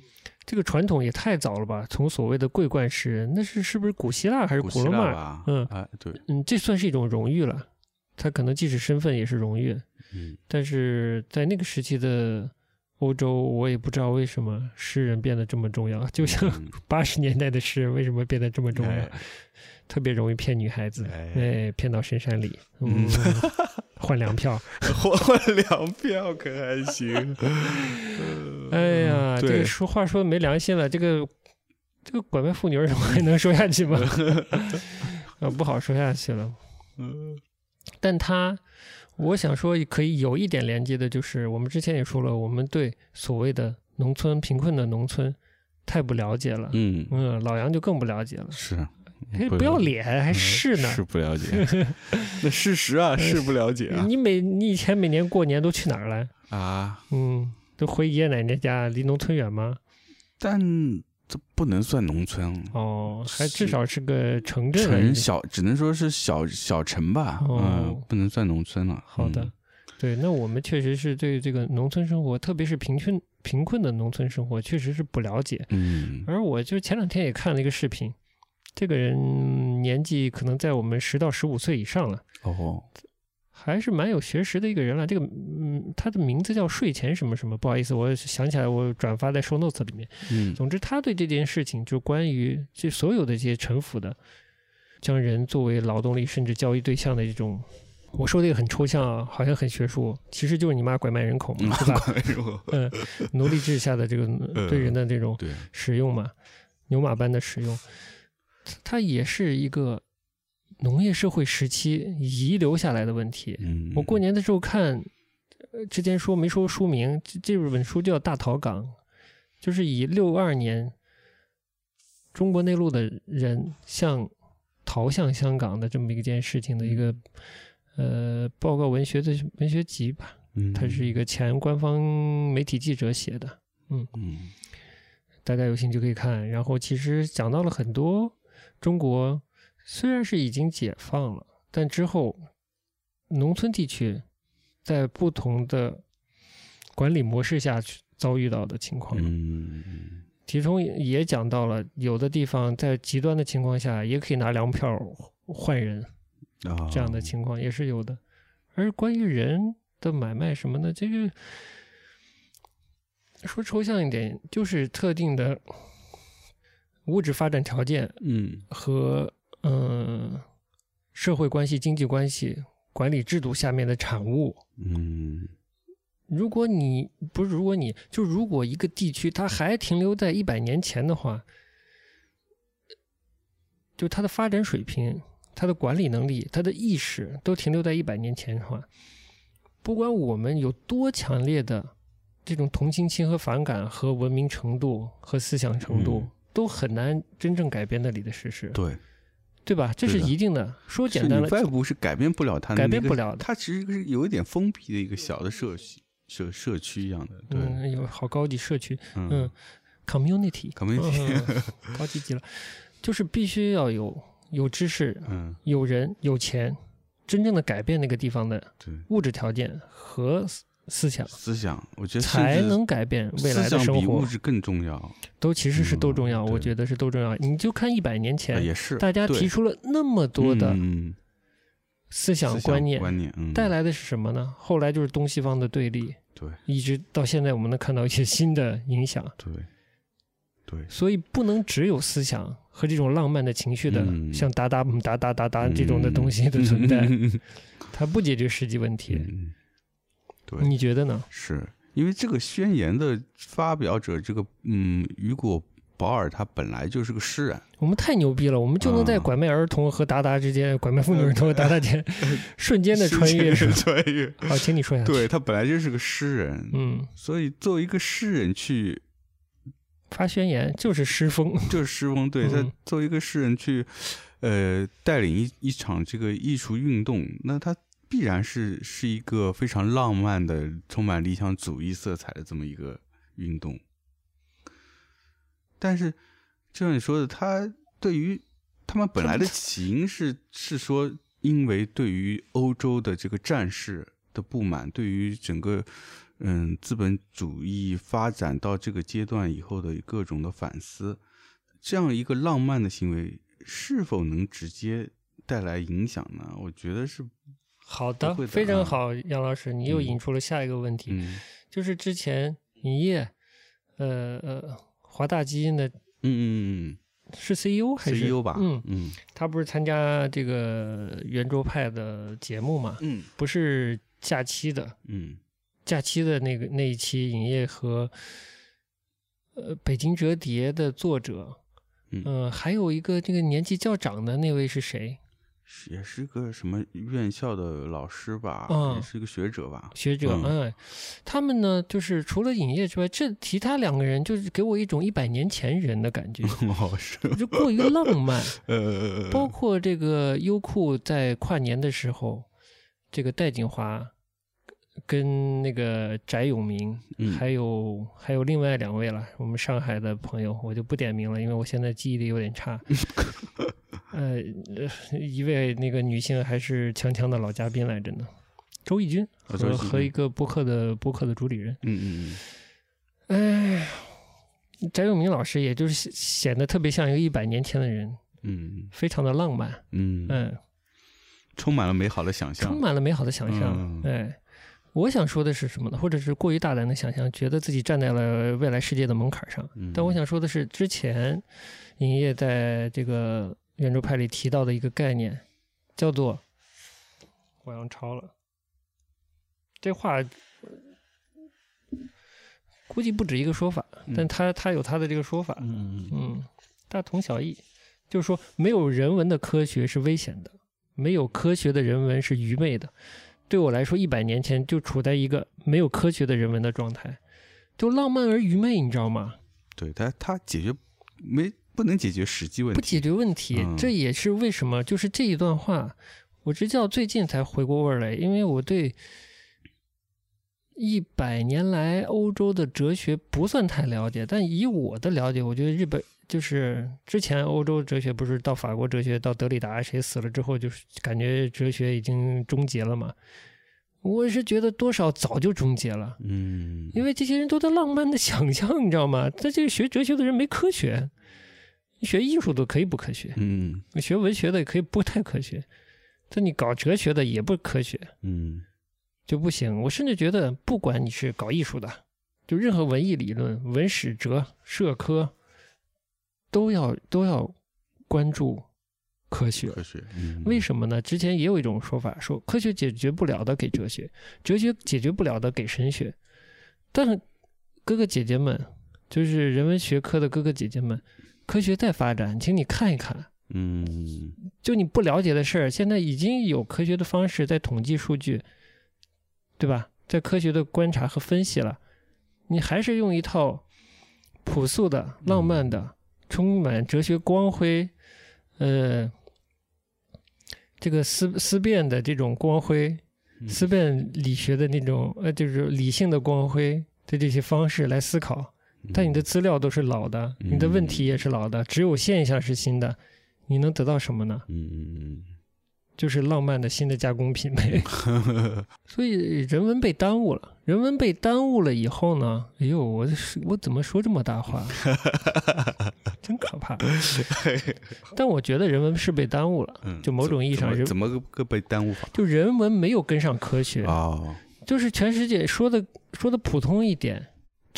B: 这个传统也太早了吧？从所谓的桂冠诗人，那是是不是古希腊还是
A: 古希
B: 罗
A: 腊
B: 马？
A: 吧？
B: 嗯
A: 哎，对，
B: 嗯，这算是一种荣誉了。他可能既是身份也是荣誉，
A: 嗯，
B: 但是在那个时期的欧洲，我也不知道为什么诗人变得这么重要。就像
A: 嗯
B: 八十年代的诗人为什么变得这么重要，
A: 哎
B: 特别容易骗女孩子，
A: 哎
B: 哎，骗到深山里，嗯，换粮票。
A: 换粮票可还行？
B: 哎呀，
A: 嗯
B: 这
A: 对
B: 个说话说的没良心了，这个这个拐卖妇女儿童还能说下去 吗？啊，不好说下去了。
A: 嗯
B: 但他，我想说可以有一点连接的，就是我们之前也说了，我们对所谓的农村贫困的农村太不了解了。
A: 嗯，
B: 嗯，老杨就更不了解了，
A: 是嗯
B: 嘿，不要脸，还是呢？
A: 是不 了解，那事实啊，是不了解啊
B: 你每你以前每年过年都去哪儿来？
A: 啊！
B: 嗯，都回爷爷奶奶家，离农村远吗？
A: 但这不能算农村，啊
B: 哦，还
A: 是
B: 至少是个城镇而已。
A: 城小，只能说是小小城吧，
B: 哦
A: 嗯，不能算农村了。
B: 好的
A: 嗯，，
B: 对，那我们确实是对这个农村生活，特别是贫困贫困的农村生活，确实是不了解。
A: 嗯
B: 而我就前两天也看了一个视频，这个人嗯年纪可能在我们十到十五岁以上了，
A: 哦，
B: 还是蛮有学识的一个人了。这个嗯，他的名字叫睡前什么什么，不好意思，我想起来我转发在 show notes 里面。
A: 嗯
B: 总之，他对这件事情，就关于这所有的这些陈腐的，将人作为劳动力甚至交易对象的这种。我说这个很抽象啊，好像很学术，其实就是你妈拐卖人口嘛，是吧？
A: 哎呦，
B: 嗯，奴隶制下的这个 对人的这种
A: 对，
B: 使用嘛，牛马般的使用，它它也是一个农业社会时期遗留下来的问题。
A: 嗯，
B: 我过年的时候看，呃，之前说没说书名，这这本书叫《大逃港》，就是以六二年中国内陆的人向逃向香港的这么一件事情的一个。呃，报告文学的文学集吧，
A: 嗯，
B: 它是一个前官方媒体记者写的，
A: 嗯
B: 大家有兴趣可以看。然后其实讲到了很多中国虽然是已经解放了，但之后农村地区在不同的管理模式下去遭遇到的情况，
A: 嗯，
B: 其中也讲到了，有的地方在极端的情况下也可以拿粮票换人，
A: 啊，
B: 这样的情况也是有的。而关于人的买卖什么的，这个说抽象一点，就是特定的物质发展条件
A: 嗯
B: 和嗯、呃社会关系、经济关系、管理制度下面的产物。
A: 嗯
B: 如果你不是，如果你就如果一个地区它还停留在一百年前的话，就它的发展水平、它的管理能力、它的意识都停留在一百年前的话，不管我们有多强烈的这种同情心和反感和文明程度和思想程度，
A: 嗯
B: 都很难真正改变那里的事实，
A: 对，
B: 对吧？这是
A: 对的
B: 一定的。说
A: 是
B: 简
A: 你
B: 单了，
A: 外部是改变不了它的
B: 改
A: 那
B: 变
A: 个
B: 不了的
A: 它其实是有一点封闭的一个小的社区社社区一样的，对，
B: 嗯，有好高级社区，嗯
A: 嗯
B: ，community，
A: ，community，
B: 嗯高级极了，就是必须要有有知识、
A: 嗯，
B: 有人、有钱，真正的改变那个地方的
A: 嗯对，
B: 物质条件和思思想，
A: 思想，我觉得甚
B: 才
A: 至
B: 能改变未来
A: 思
B: 的
A: 想
B: 生
A: 比物
B: 活，
A: 质更重要，
B: 都其实是都重要，
A: 嗯
B: 我
A: 对啊
B: 觉得是都重要。你就看一百年前，
A: 也是
B: 哎大家
A: 对
B: 提出了那么多的
A: 嗯嗯嗯
B: 思想
A: 思
B: 观念，
A: 观念，嗯，
B: 带来的是什么呢？后来就是东西方的对立，
A: 对
B: 一直到现在，我们能看到一些新的影响。
A: 对对，
B: 所以不能只有思想和这种浪漫的情绪的，
A: 嗯
B: 像达达姆达达达达这种的东西 的存在， 它不解决实际问题。
A: 嗯，对，
B: 你觉得呢？
A: 是因为这个宣言的发表者，这个嗯，雨果·保尔他本来就是个诗人，
B: 我们太牛逼了，我们就能在
A: 嗯
B: 拐卖儿童和达达之间，拐卖妇女儿童和达 达之间
A: 嗯
B: 瞬间的穿越。是吧
A: 穿越，
B: 好，请你说下去。
A: 对他本来就是个诗人，
B: 嗯，
A: 所以作为一个诗人去，
B: 发宣言就是诗风，
A: 就是诗风，对他
B: 嗯
A: 作为一个诗人去，呃，带领一一场这个艺术运动，那他。必然是是一个非常浪漫的、充满理想主义色彩的这么一个运动，但是就像你说的，他对于他们本来的起因是是说，因为对于欧洲的这个战事的不满，对于整个嗯资本主义发展到这个阶段以后的各种的反思，这样一个浪漫的行为是否能直接带来影响呢？我觉得是，
B: 好的，
A: 不会的
B: 非常
A: 嗯
B: 好，杨老师，你又引出了下一个问题，
A: 嗯
B: 就是之前银业，呃呃，华大基因的
A: 嗯嗯
B: 是 CEO
A: 嗯
B: 还是
A: ，CEO 吧，
B: 嗯，
A: 嗯
B: 他不是参加这个圆桌派的节目嘛？
A: 嗯
B: 不是假期的，
A: 嗯
B: 假期的那个那一期影业和呃《北京折叠》的作者，
A: 嗯
B: 呃，还有一个这个年纪较长的那位是谁？
A: 是也是个什么院校的老师吧，
B: 嗯
A: 也是一个学者吧，
B: 学者，
A: 嗯，
B: 哎，他们呢，就是除了影业之外，这其他两个人就是给我一种一百年前人的感觉
A: 老师，
B: 就过于浪漫。
A: 呃，
B: 包括这个优酷在跨年的时候，这个戴锦华跟那个翟永明，
A: 嗯
B: 还有还有另外两位了，我们上海的朋友，我就不点名了，因为我现在记忆力有 点差。呃，呃一位那个女性还是强强的老嘉宾来着呢，周轶君
A: 啊周
B: 和
A: 轶君
B: 和一个播客的播客的主理人。
A: 嗯嗯
B: 哎，翟永明老师也就是显显得特别像一个一百年前的人，
A: 嗯
B: 非常的浪漫，
A: 嗯嗯，
B: 嗯。
A: 充满了美好的想象，
B: 充满了美好的想象。
A: 嗯
B: 哎，我想说的是什么呢？或者是过于大胆的想象，觉得自己站在了未来世界的门槛上。
A: 嗯
B: 但我想说的是，之前银业在这个圆桌派里提到的一个概念，叫做“我要超了”。这话呃估计不止一个说法，但他他有他的这个说法。
A: 嗯嗯
B: 嗯，大同小异，就是说没有人文的科学是危险的，没有科学的人文是愚昧的。对我来说，一百年前就处在一个没有科学的人文的状态，就浪漫而愚昧，你知道吗？
A: 对，但它解决没不能解决实际问
B: 不
A: 题，
B: 解决问题，
A: 嗯
B: 这也是为什么就是这一段话，我直到最近才回过味儿来，因为我对一百年来欧洲的哲学不算太了解，但以我的了解，我觉得日本就是之前欧洲哲学不是到法国哲学到德里达谁死了之后，就是感觉哲学已经终结了嘛。我是觉得多少早就终结了，
A: 嗯，
B: 因为这些人都在浪漫的 想象，你知道吗？他这个学哲学的人没科学，学艺术的可以不科学，
A: 嗯
B: 学文学的也可以不太科学，但你搞哲学的也不科学
A: 嗯
B: 就不行。我甚至觉得，不管你是搞艺术的，就任何文艺理论、文史哲、社科，都要都要关注科学。
A: 科学，嗯
B: 为什么呢？之前也有一种说法，说科学解决不了的给哲学，哲学解决不了的给神学。但是哥哥姐姐们，就是人文学科的哥哥姐姐们，科学在发展，请你看一看，
A: 嗯
B: 就你不了解的事儿，现在已经有科学的方式在统计数据，对吧？在科学的观察和分析了，你还是用一套朴素的、浪漫的、充满哲学光辉，呃，这个思思辨的这种光辉，
A: 嗯
B: 思辨理学的那种呃，就是理性的光辉的这些方式来思考。
A: 嗯
B: 但你的资料都是老的，你的问题也是老的，只有现象是新的，你能得到什么呢？
A: 嗯
B: 就是浪漫的新的加工品呗。所以人文被耽误了，人文被耽误了以后呢，哎呦，我是我怎么说这么大话，真可怕。但我觉得人文是被耽误了，
A: 嗯，
B: 就某种意义上
A: 怎么
B: 人
A: 怎么个个被耽误法
B: 就人文没有跟上科学，
A: 哦，
B: 就是全世界说的说的普通一点。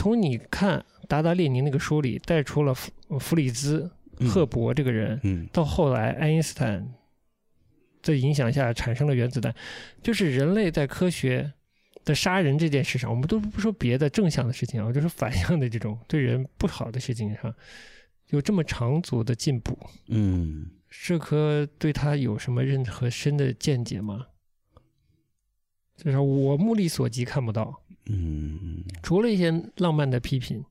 B: 从你看达达列宁那个书里带出了弗弗里兹
A: 嗯
B: 赫伯这个人，
A: 嗯
B: 到后来爱因斯坦的影响下产生了原子弹，就是人类在科学的杀人这件事上，我们都不说别的正向的事情啊，我就是反向的这种对人不好的事情上，有这么长足的进步，
A: 嗯
B: 社科对他有什么任何深的见解吗？至少我目力所及看不到，
A: 嗯，
B: 除了一些浪漫的批评。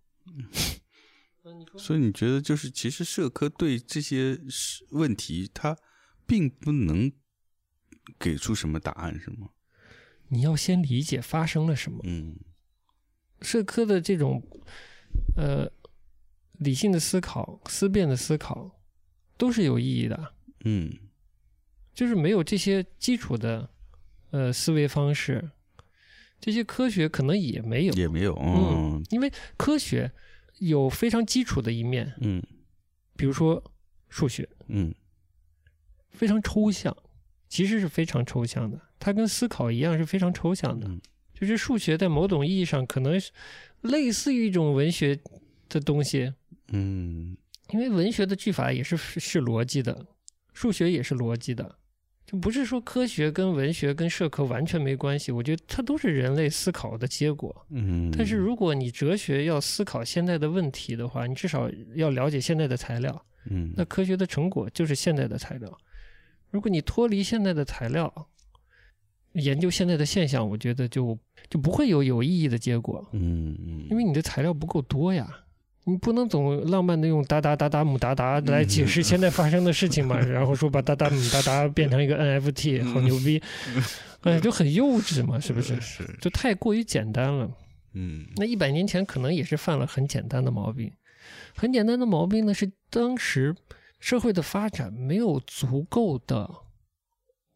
A: 所以你觉得就是其实社科对这些事问题，它并不能给出什么答案，是吗？
B: 你要先理解发生了什么。
A: 嗯
B: 社科的这种呃理性的思考、思辨的思考都是有意义的，
A: 嗯
B: 就是没有这些基础的呃思维方式，这些科学可能也没有，
A: 也没有，
B: 嗯因为科学有非常基础的一面，
A: 嗯
B: 比如说数学
A: 嗯
B: 非常抽象，其实是非常抽象的，它跟思考一样是非常抽象的。
A: 嗯
B: 就是数学在某种意义上可能是类似于一种文学的东西，
A: 嗯
B: 因为文学的句法也是是是逻辑的，数学也是逻辑的，就不是说科学跟文学跟社科完全没关系。我觉得它都是人类思考的结果。
A: 嗯，
B: 但是如果你哲学要思考现在的问题的话，你至少要了解现在的材料。
A: 嗯
B: 那科学的成果就是现在的材料。如果你脱离现在的材料，研究现在的现象，我觉得就就不会有有意义的结果。
A: 嗯嗯，
B: 因为你的材料不够多呀，你不能总浪漫的用哒哒哒哒姆哒哒来解释现在发生的事情嘛，然后说把哒哒姆哒哒变成一个 NFT，好牛逼， 哎，就很幼稚嘛，是不是？
A: 是
B: 就太过于简单了。
A: 嗯
B: 那一百年前可能也是犯了很简单的毛病，很简单的毛病呢是当时社会的发展没有足够的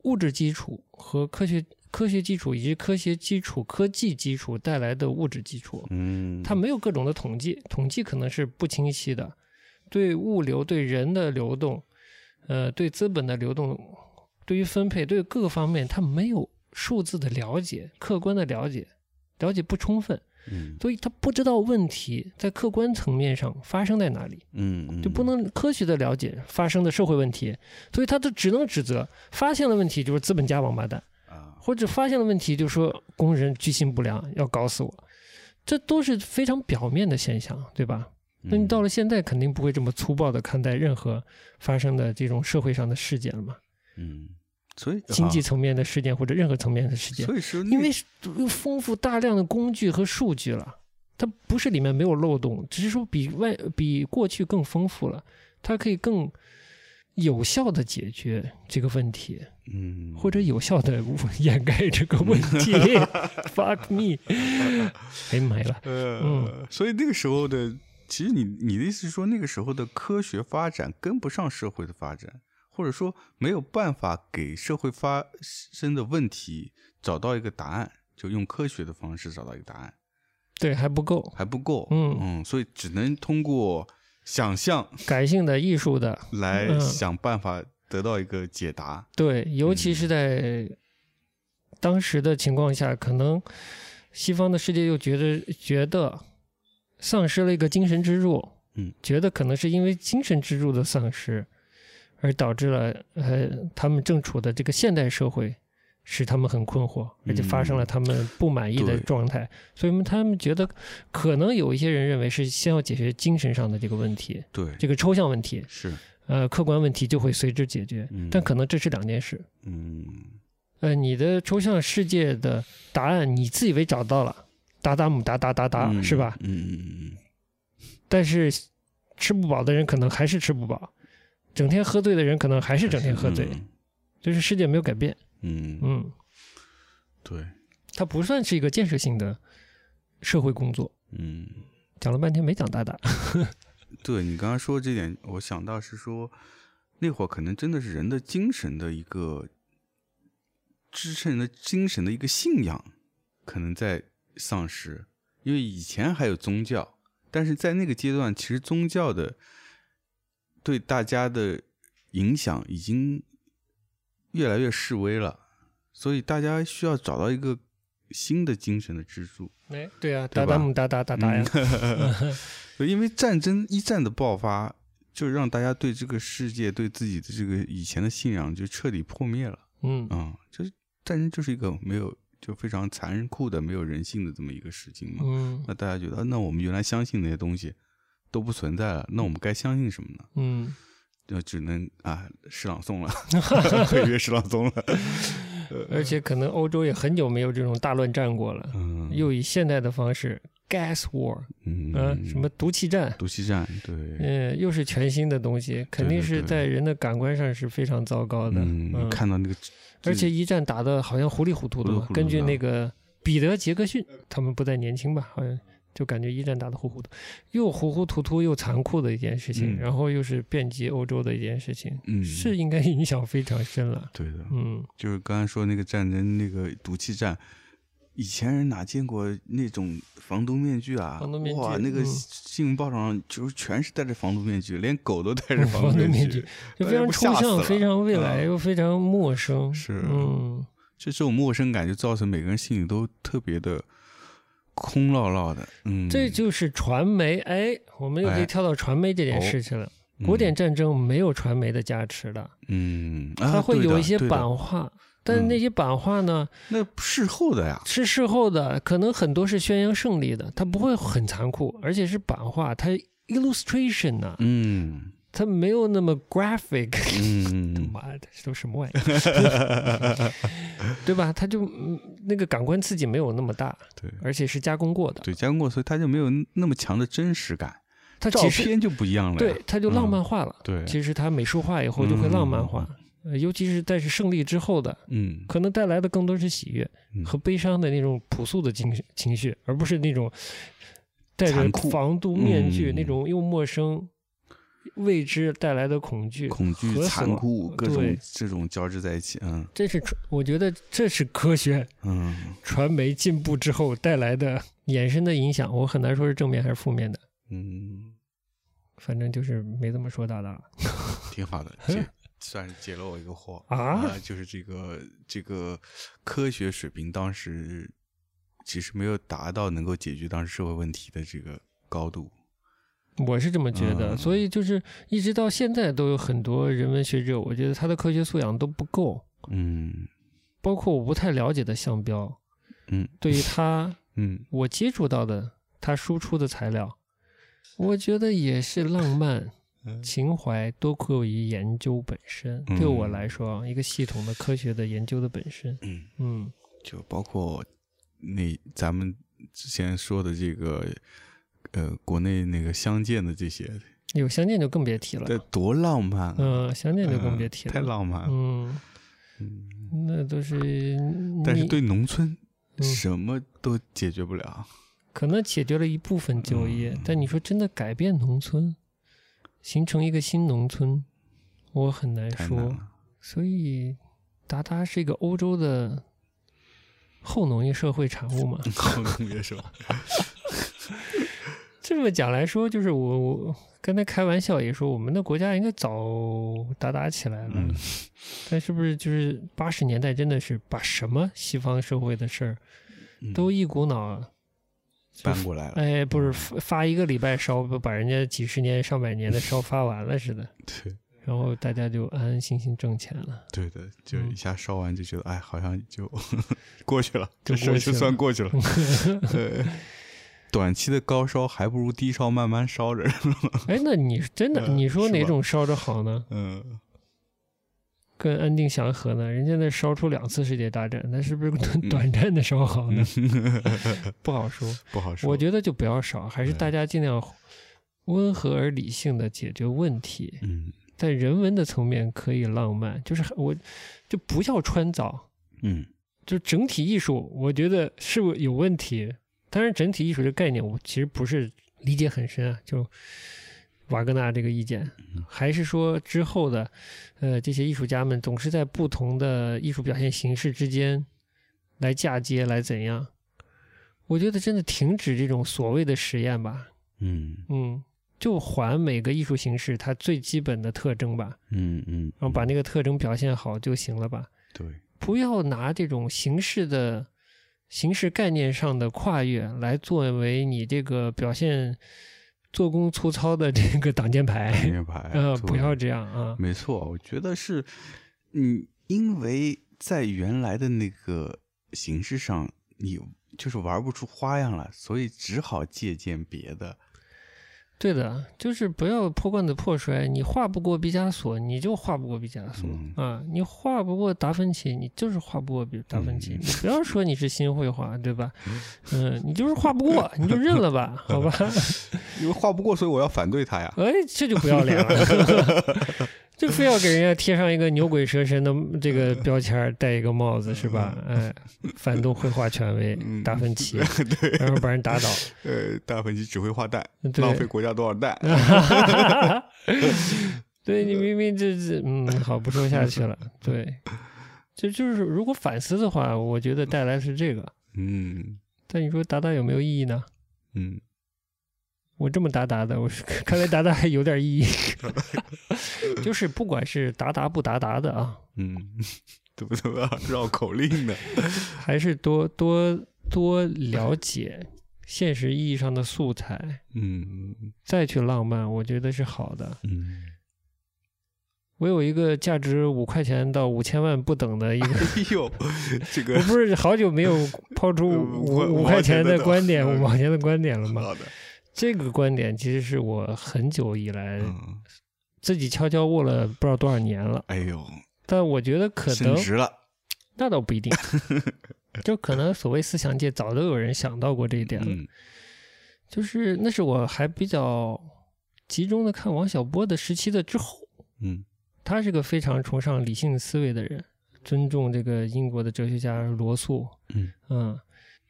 B: 物质基础和科学科学基础以及科学基础科技基础带来的物质基础，
A: 嗯，
B: 它没有各种的统计，统计可能是不清晰的，对物流、对人的流动，呃，对资本的流动，对于分配，对各个方面，它没有数字的了解、客观的了解，了解不充分，
A: 嗯
B: 所以他不知道问题在客观层面上发生在哪里，
A: 嗯
B: 就不能科学的了解发生的社会问题，所以他就只能指责发现了问题就是资本家王八蛋。
A: 啊
B: 或者发现了问题就说工人居心不良，要搞死我，这都是非常表面的现象，对吧？那你
A: 嗯
B: 到了现在，肯定不会这么粗暴的看待任何发生的这种社会上的事件了嘛？
A: 嗯，所以
B: 经济层面的事件或者任何层面的事
A: 啊
B: 件，
A: 所以说
B: 因为丰富大量的工具和数据了，它不是里面没有漏洞，只是说比外比过去更丰富了，它可以更有效的解决这个问题。
A: 嗯
B: 或者有效的掩盖这个问题。Fuck me，哎没了。嗯
A: 呃，所以那个时候的其实你你的意思是说，那个时候的科学发展跟不上社会的发展，或者说没有办法给社会发生的问题找到一个答案，就用科学的方式找到一个答案
B: 对，还不够。
A: 还不够，
B: 嗯
A: 嗯，所以只能通过想象
B: 感性的、艺术的，
A: 来
B: 嗯
A: 想办法得到一个解答，
B: 对，尤
A: 嗯
B: 其是在当时的情况下，可能西方的世界又觉得觉得丧失了一个精神支柱，
A: 嗯，
B: 觉得可能是因为精神支柱的丧失，而导致了呃他们正处的这个现代社会。使他们很困惑，而且发生了他们不满意的
A: 嗯对
B: 状态，所以他们觉得可能有一些人认为是先要解决精神上的这个问题，
A: 对，
B: 这个抽象问题，
A: 是，
B: 呃，客观问题就会随之解决，
A: 嗯
B: 但可能这是两件事。
A: 嗯
B: 呃，你的抽象世界的答案你自以为找到了，达达姆达达达达、
A: 嗯
B: 是吧？
A: 嗯嗯嗯嗯，
B: 但是吃不饱的人可能还是吃不饱，整天喝醉的人可能还是嗯整天喝醉，就是世界没有改变。
A: 嗯，嗯，
B: 嗯，
A: 对，
B: 它不算是一个建设性的社会工作。
A: 嗯。
B: 讲了半天没讲达达，
A: 对你刚刚说这点，我想到是说，那会儿可能真的是人的精神的一个支撑人的精神的一个信仰，可能在丧失，因为以前还有宗教，但是在那个阶段，其实宗教的对大家的影响已经越来越示威了，所以大家需要找到一个新的精神的支柱。
B: 哎，对啊，
A: 对
B: 达
A: 吧
B: 达姆达达达达呀，
A: 对，因为战争一战的爆发，就让大家对这个世界、对自己的这个以前的信仰就彻底破灭了。
B: 嗯，
A: 啊、就是战争就是一个没有就非常残酷的、没有人性的这么一个事 情嘛。
B: 嗯
A: 那大家觉得，啊那我们原来相信那些东西都不存在了，那我们该相信什么呢？
B: 嗯，
A: 就只能啊，诗朗诵了， 北约诗朗诵了。
B: 而且可能欧洲也很久没有这种大乱战过了，
A: 嗯，
B: 又以现代的方式 gas war，
A: 嗯、
B: 啊，什么毒气战，
A: 毒气战，对，
B: 嗯，又是全新的东西，肯定是在人的感官上是非常糟糕的。
A: 嗯，看到那个，
B: 而且一战打的好像糊里糊涂的
A: 糊
B: 嘛
A: 里。糊涂的啊
B: 根据那个彼得·杰克逊，他们不再年轻吧，好像就感觉一战打的糊糊的，又糊糊涂涂又残酷的一件事
A: 嗯
B: 情，然后又是遍及欧洲的一件事情，
A: 嗯，
B: 是应该影响非常深了。
A: 对的，
B: 嗯，
A: 就是刚才说那个战争，那个毒气战，以前人哪见过那种防毒面具啊？
B: 防毒面具
A: 哇，那个
B: 嗯
A: 新闻报上就是全是戴着防毒面具，连狗都戴着
B: 哦防
A: 毒
B: 毒面
A: 具
B: 具。就非常
A: 哎吓
B: 抽
A: 死
B: 象，
A: 了
B: 非常未
A: 嗯
B: 来，又非常陌生。
A: 是
B: 嗯，
A: 就这种陌生感，就造成每个人心里都特别的空落落的。嗯，
B: 这就是传媒。哎，我们又可
A: 哎
B: 以跳到传媒这件
A: 哦
B: 事情了。古典战争没有传媒的加持的，
A: 嗯，嗯，啊
B: 它会
A: 对的
B: 有一些
A: 对的
B: 版画，但是
A: 嗯
B: 那些版画呢
A: 那事后的呀，
B: 是事后的，可能很多是宣扬胜利的，它不会很残酷，而且是版画，它 illustration 呢、
A: 嗯
B: 它没有那么 graphic。
A: 嗯，
B: 妈的，这都什么玩意儿，对吧？它就嗯那个感官刺激没有那么大，
A: 对
B: 而且是加工过的。
A: 对，加工过，所以它就没有那么强的真实感，
B: 它
A: 照
B: 其实
A: 片就不一样了呀。
B: 对，它就浪漫化了。
A: 对，
B: 其实它美术化以后就会浪漫化，呃尤其是但是胜利之后的，
A: 嗯
B: 可能带来的更多是喜悦
A: 嗯
B: 和悲伤的那种朴素的情绪情绪，而不是那种戴着
A: 残酷
B: 防毒面具
A: 嗯
B: 那种又陌生、未知带来的恐惧。
A: 恐惧
B: 和、死
A: 残
B: 亡
A: 酷各种
B: 对
A: 这种交织在一起，嗯
B: 这是传我觉得这是科学
A: 嗯
B: 传媒进步之后带来的 衍生的影响，我很难说是正面还是负面的，
A: 嗯，
B: 反正就是没这么说大大了
A: 挺好的， 解算是解了我一个惑
B: 啊。
A: 就是这个这个科学水平当时其实没有达到能够解决当时社会问题的这个高度，
B: 我是这么觉得，
A: 嗯
B: 所以就是一直到现在都有很多人文学者，我觉得他的科学素养都不够，
A: 嗯
B: 包括我不太了解的项标，
A: 嗯
B: 对于他
A: 嗯
B: 我接触到的他输出的材料，我觉得也是浪 漫、情怀多过于研究本身。
A: 嗯
B: 对我来说，一个系统的科学的研究的本身，
A: 嗯，
B: 嗯，
A: 就包括那咱们之前说的这个呃国内那个相见的这些，
B: 有相见就更别提
A: 这
B: 了，
A: 多浪漫啊！
B: 嗯，相见就更
A: 嗯
B: 别提了，
A: 太浪漫了。
B: 嗯，那都是
A: 但是
B: 你
A: 对农村
B: 嗯
A: 什么都解决不了，
B: 可能解决了一部分就业，
A: 嗯
B: 但你说真的改变农村，形成一个新农村，我很难
A: 太
B: 说。
A: 难 了。
B: 所以，达达是一个欧洲的后农业社会产物嘛？
A: 后农业社会，
B: 这么讲来说，就是我我刚才开玩笑也说，我们的国家应该早达达起来了，
A: 嗯
B: 但是不是就是八十年代真的是把什么西方社会的事儿
A: 嗯
B: 都一股脑。
A: 搬过来了，
B: 哎，不是发发一个礼拜烧，不把人家几十年、上百年的烧发完了似的，
A: 对
B: 然后大家就安安心心挣钱了。
A: 对的，就
B: 嗯
A: 一下烧完就觉得，哎，好像就 过去了，
B: 就
A: 这事儿
B: 过去
A: 就算
B: 了
A: 过去了。 对短期的高烧还不如低烧慢慢烧着。
B: 哎， 那你真的，
A: 嗯
B: 你说
A: 是
B: 哪
A: 吧
B: 种烧着好呢？
A: 嗯，
B: 跟安定祥和呢？人家那烧出两次世界大战，那是不是
A: 嗯
B: 短短暂的烧 好呢？不好说。
A: 不好说。
B: 我觉得就不要烧，还是
A: 对
B: 大家尽量温和而理性的解决问题，
A: 嗯
B: 在人文的层面可以浪漫，就是我就不要穿凿，
A: 嗯，
B: 就整体艺术，我觉得是不有问题。当然，整体艺术这个概念，我其实不是理解很深啊。就瓦格纳这个意见，还是说之后的，呃，这些艺术家们总是在不同的艺术表现形式之间来嫁接，来怎样？我觉得真的停止这种所谓的实验吧。
A: 嗯
B: 嗯，就还每个艺术形式它最基本的特征吧，
A: 嗯嗯，
B: 然后把那个特征表现好就行了吧。
A: 对，
B: 不要拿这种形式的形式概念上的跨越来作为你这个表现做工粗糙的这个挡箭牌。
A: 那牌
B: 呃，不要
A: 哎对
B: 这样啊。
A: 没错，我觉得是，嗯，因为在原来的那个形式上，你就是玩不出花样了，所以只好借鉴别的。
B: 对的，就是不要破罐子破摔。你画不过毕加索，你就画不过毕加索、
A: 嗯
B: 啊；你画不过达芬奇，你就是画不过比达芬奇。
A: 嗯
B: 你不要说你是新绘画，对吧？嗯，你就是画不过，你就认 了吧，好吧？
A: 因为画不过，所以我要反对他呀。
B: 哎，这就不要 脸了，就非要给人家贴上一个牛鬼蛇神的这个标签儿，戴一个帽子是吧？哎，反动绘画权威
A: 嗯
B: 达芬奇，
A: 对，
B: 然后把人打倒，
A: 呃，大分析只会画蛋，
B: 嗯对嗯
A: 浪费国家多少 蛋？
B: 对你明明这这，嗯，好，不说下去了。对，就就是如果反思的话，我觉得带来是这个。
A: 嗯
B: 但你说达达有没有意义呢？
A: 嗯，
B: 我这么达达的，我是 看来达达还有点意义， 就是不管是达达不达达的啊，
A: 嗯， 怎么怎么绕口令呢？
B: 还是多多多了解现实意义上的素材，
A: 嗯
B: 再去浪漫，我觉得是好的。
A: 嗯，
B: 我有一个价值五块钱到五千万不等的 一 个，
A: 哎呦，这
B: 我
A: 个
B: 不是好久没有抛出
A: 五
B: 五
A: 块
B: 五
A: 呃五
B: 块
A: 毛钱
B: 钱
A: 的嗯
B: 的
A: 等
B: 观点，
A: 嗯
B: 五毛钱的观点了
A: 很
B: 吗？
A: 好的，
B: 这个观点其实是我很久以来
A: 嗯，
B: 自己悄悄握了不知道多少年了，
A: 哎呦，
B: 但我觉得可
A: 升
B: 能
A: 职了，
B: 那倒不 一定，就可能所谓思想界早都有人想到过这一点了。
A: 嗯
B: 就是那是我还比较集中的看王小波的时期的之后，
A: 嗯
B: 他是个非常崇尚理性思维的人，尊重这个英国的哲学家罗素。
A: 嗯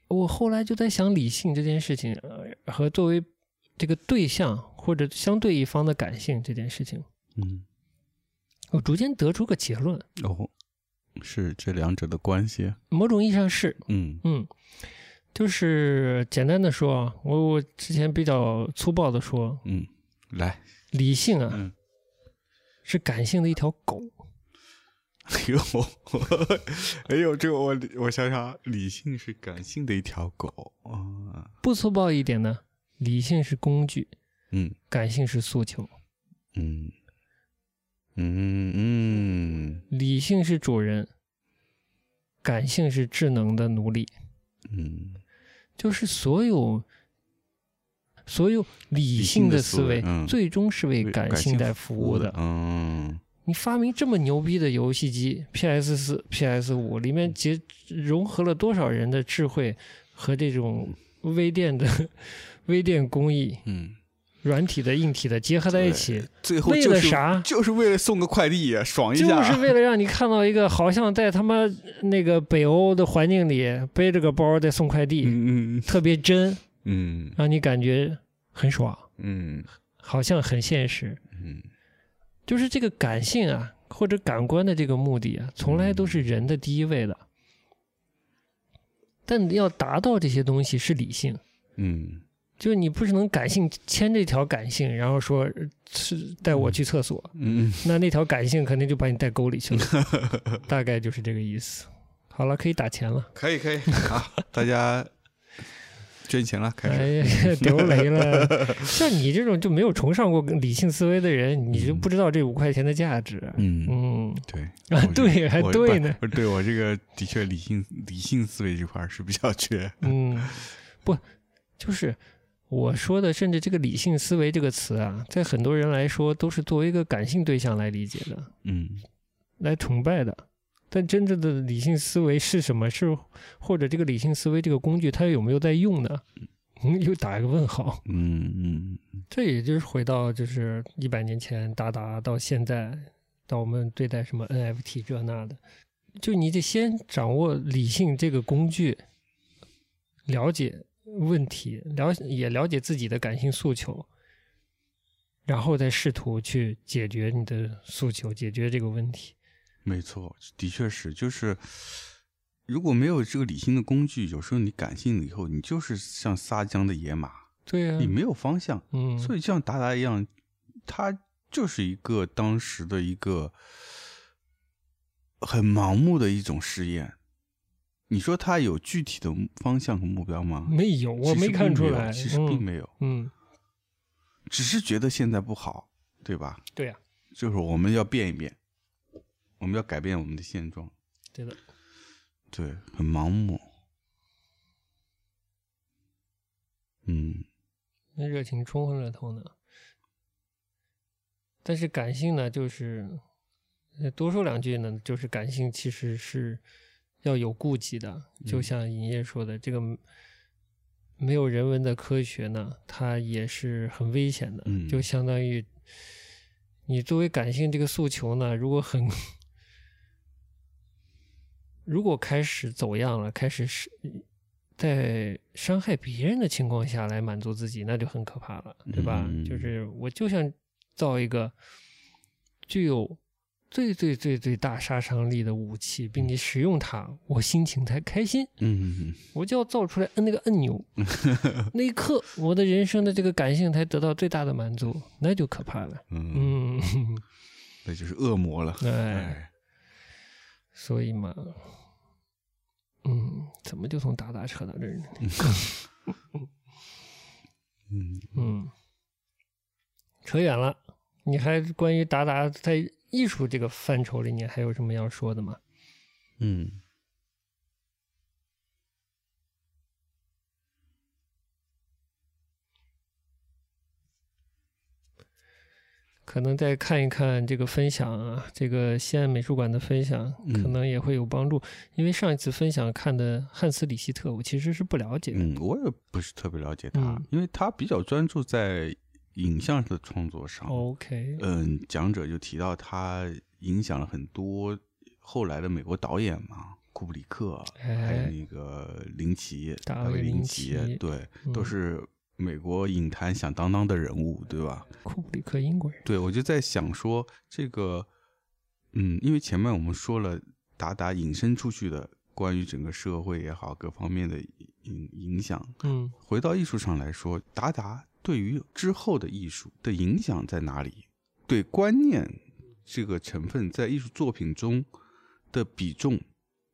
B: 我后来就在想理性这件事情，呃和作为这个对象或者相对一方的感性这件事情，
A: 嗯，
B: 我逐渐得出个结论，
A: 哦，是这两者的关系，
B: 某种意义上是，
A: 嗯
B: 嗯，就是简单的说啊，我我之前比较粗暴的说，
A: 嗯，来，
B: 理性啊，
A: 嗯
B: 是感性的一条狗。
A: 哎呦， 哎呦，这个我我想想啊，理性是感性的一条狗啊，
B: 不粗暴一点呢，理性是工具，
A: 嗯
B: 感性是诉求。
A: 嗯嗯嗯
B: 理性是主人，感性是智能的奴隶。
A: 嗯，
B: 就是所有所有理性的思维
A: 理性的思维，嗯
B: 最终是为
A: 为
B: 感
A: 感
B: 性
A: 性
B: 在
A: 服
B: 服务的。
A: 嗯
B: 你发明这么牛逼的游戏机，PS 四、PS 五里面结融合了多少人的智慧和这种微电的 微电工艺、
A: 嗯，
B: 软体的、硬体的结合在一起，
A: 最后
B: 为
A: 就
B: 了
A: 是
B: 啥？
A: 就是为了送个快递，爽一下，啊
B: 就是为了让你看到一个好像在他妈那个北欧的环境里背着个包在送快递，
A: 嗯嗯
B: 特别真，
A: 嗯
B: 让你感觉很爽，
A: 嗯
B: 好像很现实。
A: 嗯
B: 就是这个感性啊，或者感官的这个目的啊，从来都是人的第一位的。但要达到这些东西是理性，
A: 嗯
B: 就是你不是能感性牵这条感性，然后说呃是带我去厕所，
A: 嗯，
B: 那那条感性肯定就把你带沟里去 了，大概就是这个意思。好了，可以打钱了。
A: 可以 可以，好，大家捐钱了，开始。
B: 哎呀， 丢雷了！像你这种就没有崇尚过理性思维的人，你就不知道这五块钱的价值。
A: 嗯，
B: 嗯，
A: 对
B: 啊
A: 我这，
B: 对，还
A: 我
B: 对
A: 不
B: 呢。
A: 不对我这个的确理性理性思维这块儿是比较缺。
B: 嗯， 不，就是我说的，甚至这个理性思维这个词啊，在很多人来说都是作为一个感性对象来理解的，
A: 嗯
B: 来崇拜的。但真正的理性思维是什么？是或者这个理性思维这个工具，它有没有在用呢？嗯，又打一个问号。
A: 嗯嗯
B: 这也就是回到就是一百年前达达到现在，到我们对待什么 NFT 这那的，就你得先掌握理性这个工具，了解问题，了也了解自己的感性诉求，然后再试图去解决你的诉求，解决这个问题。
A: 没错，的确是，就是如果没有这个理性的工具，有时候你感性了以后，你就是像撒缰的野马，
B: 对啊
A: 你，没有方向。
B: 嗯，
A: 所以就像达达一样，他就是一个当时的一个很盲目的一种试验。你说他有具体的方向和目标吗？
B: 没有，嗯我
A: 其
B: 没
A: 实
B: 看
A: 并
B: 出
A: 有
B: 来，
A: 其实并
B: 嗯
A: 没有，
B: 嗯，
A: 只是觉得现在不好，对吧？
B: 对啊呀、
A: 就是我们要变一变，我们要改变我们的现状。
B: 对的，
A: 对，很盲目。嗯
B: 那热情冲昏了头脑。但是感性呢，就是呃多说两句呢，就是感性其实是要有顾忌的。就
A: 嗯
B: 像尹烨说的，这个没有人文的科学呢，它也是很危险的。
A: 嗯
B: 就相当于你作为感性这个诉求呢，如果很如果开始走样了，开始是在伤害别人的情况下来满足自己，那就很可怕了，对吧？
A: 嗯
B: 就是我就想造一个具有最最最最大杀伤力的武器，并且使用它，我心情才开心。
A: 嗯
B: 我就要造出来摁那个按 钮，那一刻我的人生的这个感性才得到最大的满足，那就可怕了。
A: 嗯，
B: 嗯，
A: 那就是恶魔了。
B: 哎，，所以嘛，嗯，怎么就从达达扯到这儿呢？
A: 嗯，
B: 嗯，扯远了，你还关于达达在艺术这个范畴里面还有什么要说的吗？
A: 嗯，
B: 可能再看一看这个分享啊，这个西安美术馆的分享，
A: 嗯
B: 可能也会有帮助。因为上一次分享看的汉斯·里希特，我其实是不了解的。
A: 嗯，我也不是特别了解他，
B: 嗯
A: 因为他比较专注在影像的创作上。
B: 哦 OK，
A: 嗯，讲者就提到他影响了很多后来的美国导演嘛，库布里克，还有
B: 哎
A: 那个林奇，
B: 大
A: 卫
B: 卫
A: 林
B: 林
A: 奇
B: 奇，
A: 对，都
B: 嗯
A: 是美国影坛响当当的人物，对吧？
B: 库布里克英国人，
A: 对，我就在想说这个，嗯，因为前面我们说了达达引申出去的关于整个社会也好各方面的影影响，
B: 嗯
A: 回到艺术上来说，达达对于之后的艺术的影响在哪里？对观念这个成分在艺术作品中的比重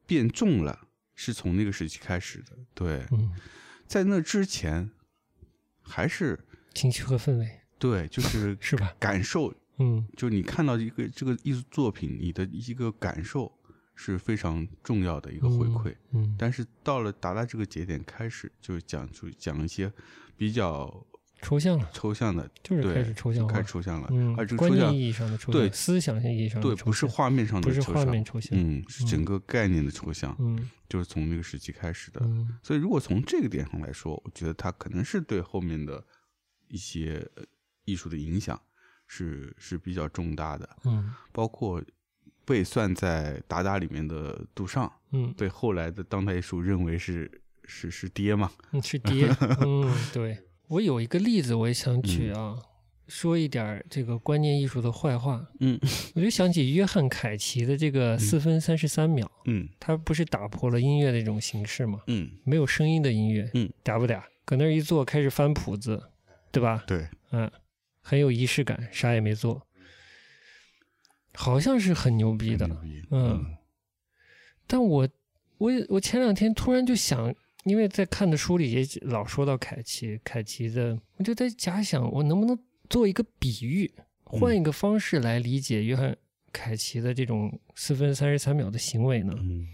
A: 变重了，是从那个时期开始的。对，
B: 嗯，
A: 在那之前，还是
B: 情绪和氛围
A: 对，就是
B: 是吧？
A: 感受，
B: 嗯
A: 就你看到一个这个艺术作品，你的一个感受是非常重要的一个回馈。
B: 嗯，
A: 但是到了达达这个节点开始，就讲出讲一些比较
B: 抽象了，
A: 抽象的，
B: 就是
A: 对
B: 开始抽象
A: 就
B: 化
A: 开始抽象了，
B: 嗯
A: 而这，个
B: 观
A: 抽象
B: 念意义上的抽象，
A: 对
B: 思想性意义上的
A: 对
B: 抽象，
A: 不是画面上的
B: 不是
A: 抽象，
B: 画面抽象，
A: 嗯，是整个概念的抽象，
B: 嗯
A: 就是从那个时期开始的。
B: 嗯
A: 所以如果从这个点上来说，我觉得它可能是对后面的一些呃艺术的影响是是比较重大的，
B: 嗯
A: 包括被算在达达里面的杜尚，
B: 嗯，
A: 对后来的当代艺术认为是是是爹嘛，
B: 嗯，是爹。嗯，对。我有一个例子，我也想
A: 嗯
B: 举啊，说一点儿这个观念艺术的坏话。
A: 嗯，
B: 我就想起约翰凯奇的这个四分三十三秒，
A: 嗯
B: 他不是打破了音乐的一种形式吗？
A: 嗯，
B: 没有声音的音乐，
A: 嗯，
B: 打不打？搁那儿一坐，开始翻谱子，对吧？
A: 对，
B: 嗯，很有仪式感，啥也没做，好像是很牛逼的
A: 牛。逼，
B: 嗯，但我我也我前两天突然就想，因为在看的书里也老说到凯奇，凯奇的，我就在假想，我能不能做一个比喻，换
A: 嗯
B: 一个方式来理解约翰凯奇的这种四分三十三秒的行为呢？
A: 嗯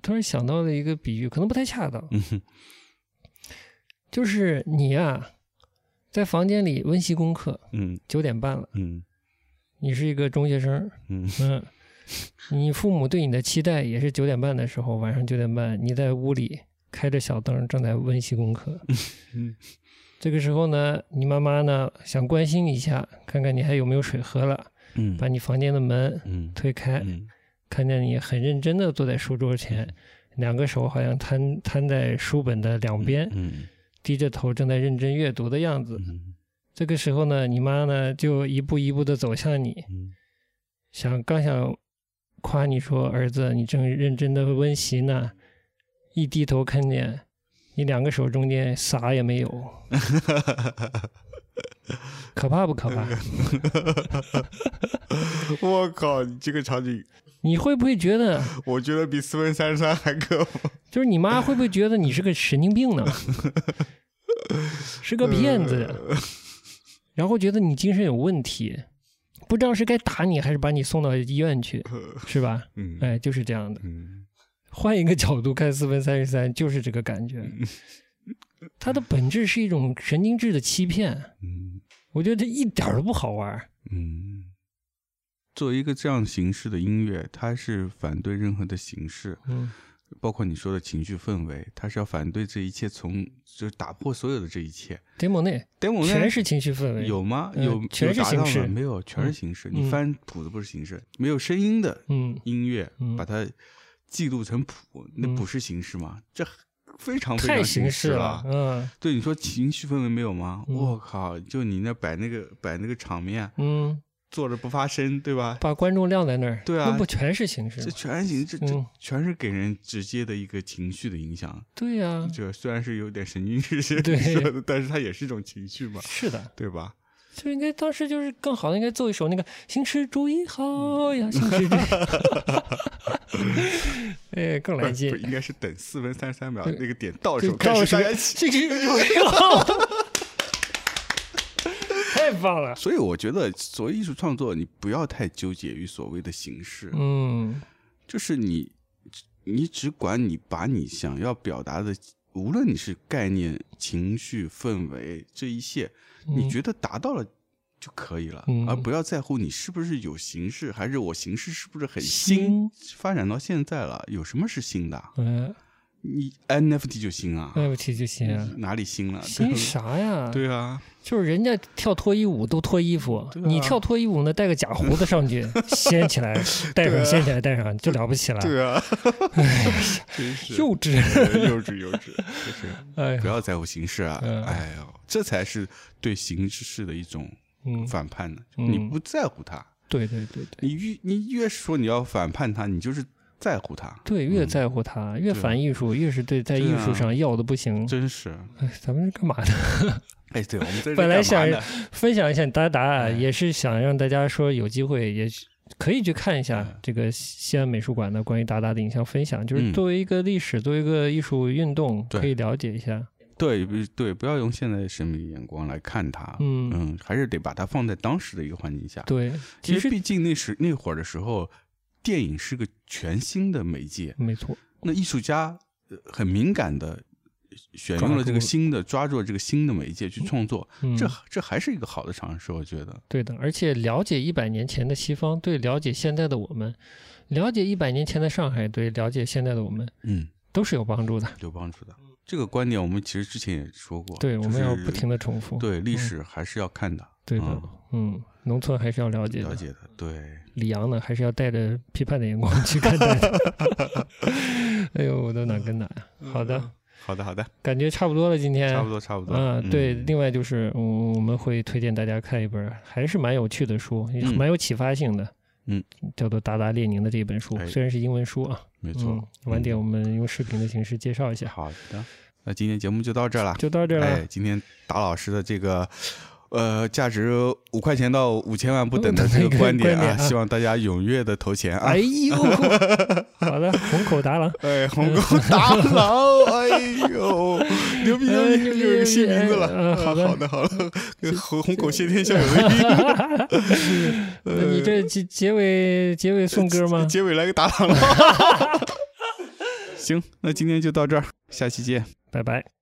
B: 突然想到了一个比喻，可能不太恰当，
A: 嗯哼
B: 就是你呀、在房间里温习功课，
A: 嗯
B: 九点半了，
A: 嗯
B: 你是一个中学生，
A: 嗯
B: 嗯，你父母对你的期待也是九点半的时候，晚上九点半，你在屋里开着小灯，正在温习功课。
A: 嗯，
B: 这个时候呢，你妈妈呢想关心一下，看看你还有没有水喝了，
A: 嗯
B: 把你房间的门
A: 嗯
B: 推开，
A: 嗯
B: 看见你很认真的坐在书桌前，两个手好像摊摊在书本的两边，
A: 嗯
B: 低着头正在认真阅读的样子。
A: 嗯
B: 这个时候呢，你妈呢就一步一步的走向你，
A: 嗯
B: 想刚想夸你说儿子，你正认真的温习呢，一低头看见你两个手中间啥也没有，可怕不可怕？
A: 我靠，你这个场景，
B: 你会不会觉得，
A: 我觉得比四分三十三还可怕。
B: 就是你妈会不会觉得你是个神经 病呢？是个骗
A: 嗯
B: 子，然后觉得你精神有问题，不知道是该打你还是把你送到医 院去，是吧？
A: 嗯
B: 哎，就是这样的。
A: 嗯
B: 换一个角度看四分三十三，就是这个感觉。
A: 嗯
B: 它的本质是一种神经质的欺骗，
A: 嗯
B: 我觉得这一点儿都不好玩儿。
A: 嗯， 作为一个这样形式的音乐，它是反对任何的形式，
B: 嗯
A: 包括你说的情绪氛围，它是要反对这一切从，就是打破所有的这一切。
B: ，demo 内
A: 但我
B: 全是情绪氛围，
A: 有吗？
B: 嗯
A: 有
B: 全是
A: 有达到
B: 形式
A: 吗没有，全是形式。你
B: 嗯
A: 翻谱子不是形式，没有声音的
B: 嗯，
A: 音乐，
B: 嗯
A: 把它记录成谱，那
B: 嗯
A: 不是形式吗？这非常非
B: 太
A: 常
B: 形
A: 啊式啊
B: 了，嗯
A: 对，你说情绪氛围没有吗？
B: 嗯
A: 我靠，就你那摆那个摆那个场面，啊
B: 嗯，
A: 坐着不发声，对吧？
B: 把观众晾在那儿，
A: 对啊
B: 那不全是形式
A: 这
B: 吗？
A: 全是形，这这
B: 嗯
A: 全是给人直接的一个情绪的影响。
B: 对呀、啊，
A: 这虽然是有点神经质是
B: 对
A: 说的，但是它也是一种情绪嘛，
B: 是的，
A: 对吧？
B: 就应该当时就是更好的，应该做一首那个《行驶主意好
A: 嗯
B: 呀，行驶 主意好》，哎，更来劲
A: 不，应该是等四分三十三秒
B: 对
A: 那个点到的时
B: 就
A: 候开
B: 告
A: 始
B: 诉
A: 大
B: 你
A: 家一起。
B: 这个 是荣耀， 太棒了。
A: 所以我觉得，所谓艺术创作，你不要太纠结于所谓的形式，
B: 嗯
A: 就是你，你只管你把你想要表达的，无论你是概念、情绪、氛围这一切，你
B: 嗯
A: 觉得达到了。就可以了，
B: 嗯
A: 而不要在乎你是不是有形式，还是我形式是不是很新
B: 新，
A: 发展到现在了，有什么是新的啊？
B: 嗯
A: 你 NFT 就新啊，
B: ，NFT 就行啊。
A: 哪里新了？
B: 新啥呀？
A: 对啊，
B: 就是人家跳脱衣舞都脱衣服，
A: 对啊
B: 你跳脱衣舞呢，带个假胡子上去掀起 来，戴上掀起来戴上就了不起了，
A: 啊对啊，真是
B: 幼稚。
A: 幼稚幼稚，就是
B: 哎呀
A: 不，要在乎形式啊！
B: 嗯
A: 哎呦，这才是对形式的一种
B: 嗯，
A: 反叛呢。
B: 嗯
A: 你不在乎它，
B: 对对对对
A: 你越你越说你要反叛它，你就是在乎它。
B: 对，越在乎他，越反艺术，越是对在
A: 嗯对
B: 艺
A: 啊
B: 术上要的不行。
A: 真是，
B: 哎，咱们是干嘛的？
A: 哎，对我们在这
B: 本
A: 干
B: 来
A: 嘛
B: 想
A: 呢
B: 分享一下达
A: 哎
B: 达，也是想让大家说有机会也许可以去看一下这个西安美术馆的关于达达的影像分享，就是
A: 哎嗯
B: 作为一个历史，作为一个艺术运动，
A: 对
B: 可以了解一下。
A: 对不对，不要用现在的审美眼光来看它，
B: 嗯
A: 嗯，还是得把它放在当时的一个环境下。
B: 对，
A: 其
B: 其
A: 实
B: 实
A: 毕竟那时那会儿的时候，电影是个全新的媒介，
B: 没错，
A: 那艺术家呃很敏感的选用了这个
B: 抓住
A: 新的，抓住了这个新的媒介去创作，
B: 嗯，
A: 这这还是一个好的尝试，我觉得。
B: 对的。而且了解一百年前的西方，对了解现在的我们，了解一百年前的上海，对了解现在的我们，
A: 嗯，
B: 都是有帮助的。
A: 有帮助的。这个观点我们其实之前也说过，
B: 对，我
A: 就
B: 们
A: 是
B: 要不停的重复。
A: 对历
B: 嗯
A: 史还是要看的，
B: 对的
A: 嗯，
B: 嗯，农村还是要了解的
A: 了。解的，对，
B: 李阳呢，还是要带着 批判的眼光去看待的。哎呦，我的哪跟哪呀？好的，
A: 好的，好的，
B: 感觉差不多了，今天
A: 嗯差不多，差不多。
B: 嗯，呃对，
A: 嗯
B: 另外就是我我们会推荐大家看一本还是蛮有趣的书，也
A: 嗯
B: 蛮有启发性的，
A: 嗯，
B: 叫做《达达列宁》的这本书
A: 哎，
B: 虽然是英文书啊，
A: 没
B: 嗯
A: 错，，嗯
B: 晚点我们用视频的形式介绍一下，
A: 好的。那今天节目就到这儿了，
B: 就到这儿
A: 哎
B: 了，，
A: 今天达老师的这个。呃，价值五块钱到五千万不等的这
B: 一
A: 个
B: 个
A: 观点
B: 嗯观
A: 啊，
B: 点啊
A: 希望大家踊跃的投钱啊！
B: 哎 呦，好的，虹口达郎，
A: 哎，红狗达郎，哎 呦，牛逼牛
B: 哎
A: 逼，
B: 牛逼
A: 有一个新
B: 牛逼
A: 名字了。
B: 哎嗯
A: 呃
B: 好的
A: 好 的好了，跟红红狗谢天笑有的一
B: 那你这结结尾结尾送歌吗？
A: 结尾来个打赏了。行，那今天就到这儿，下期见。
B: 拜拜。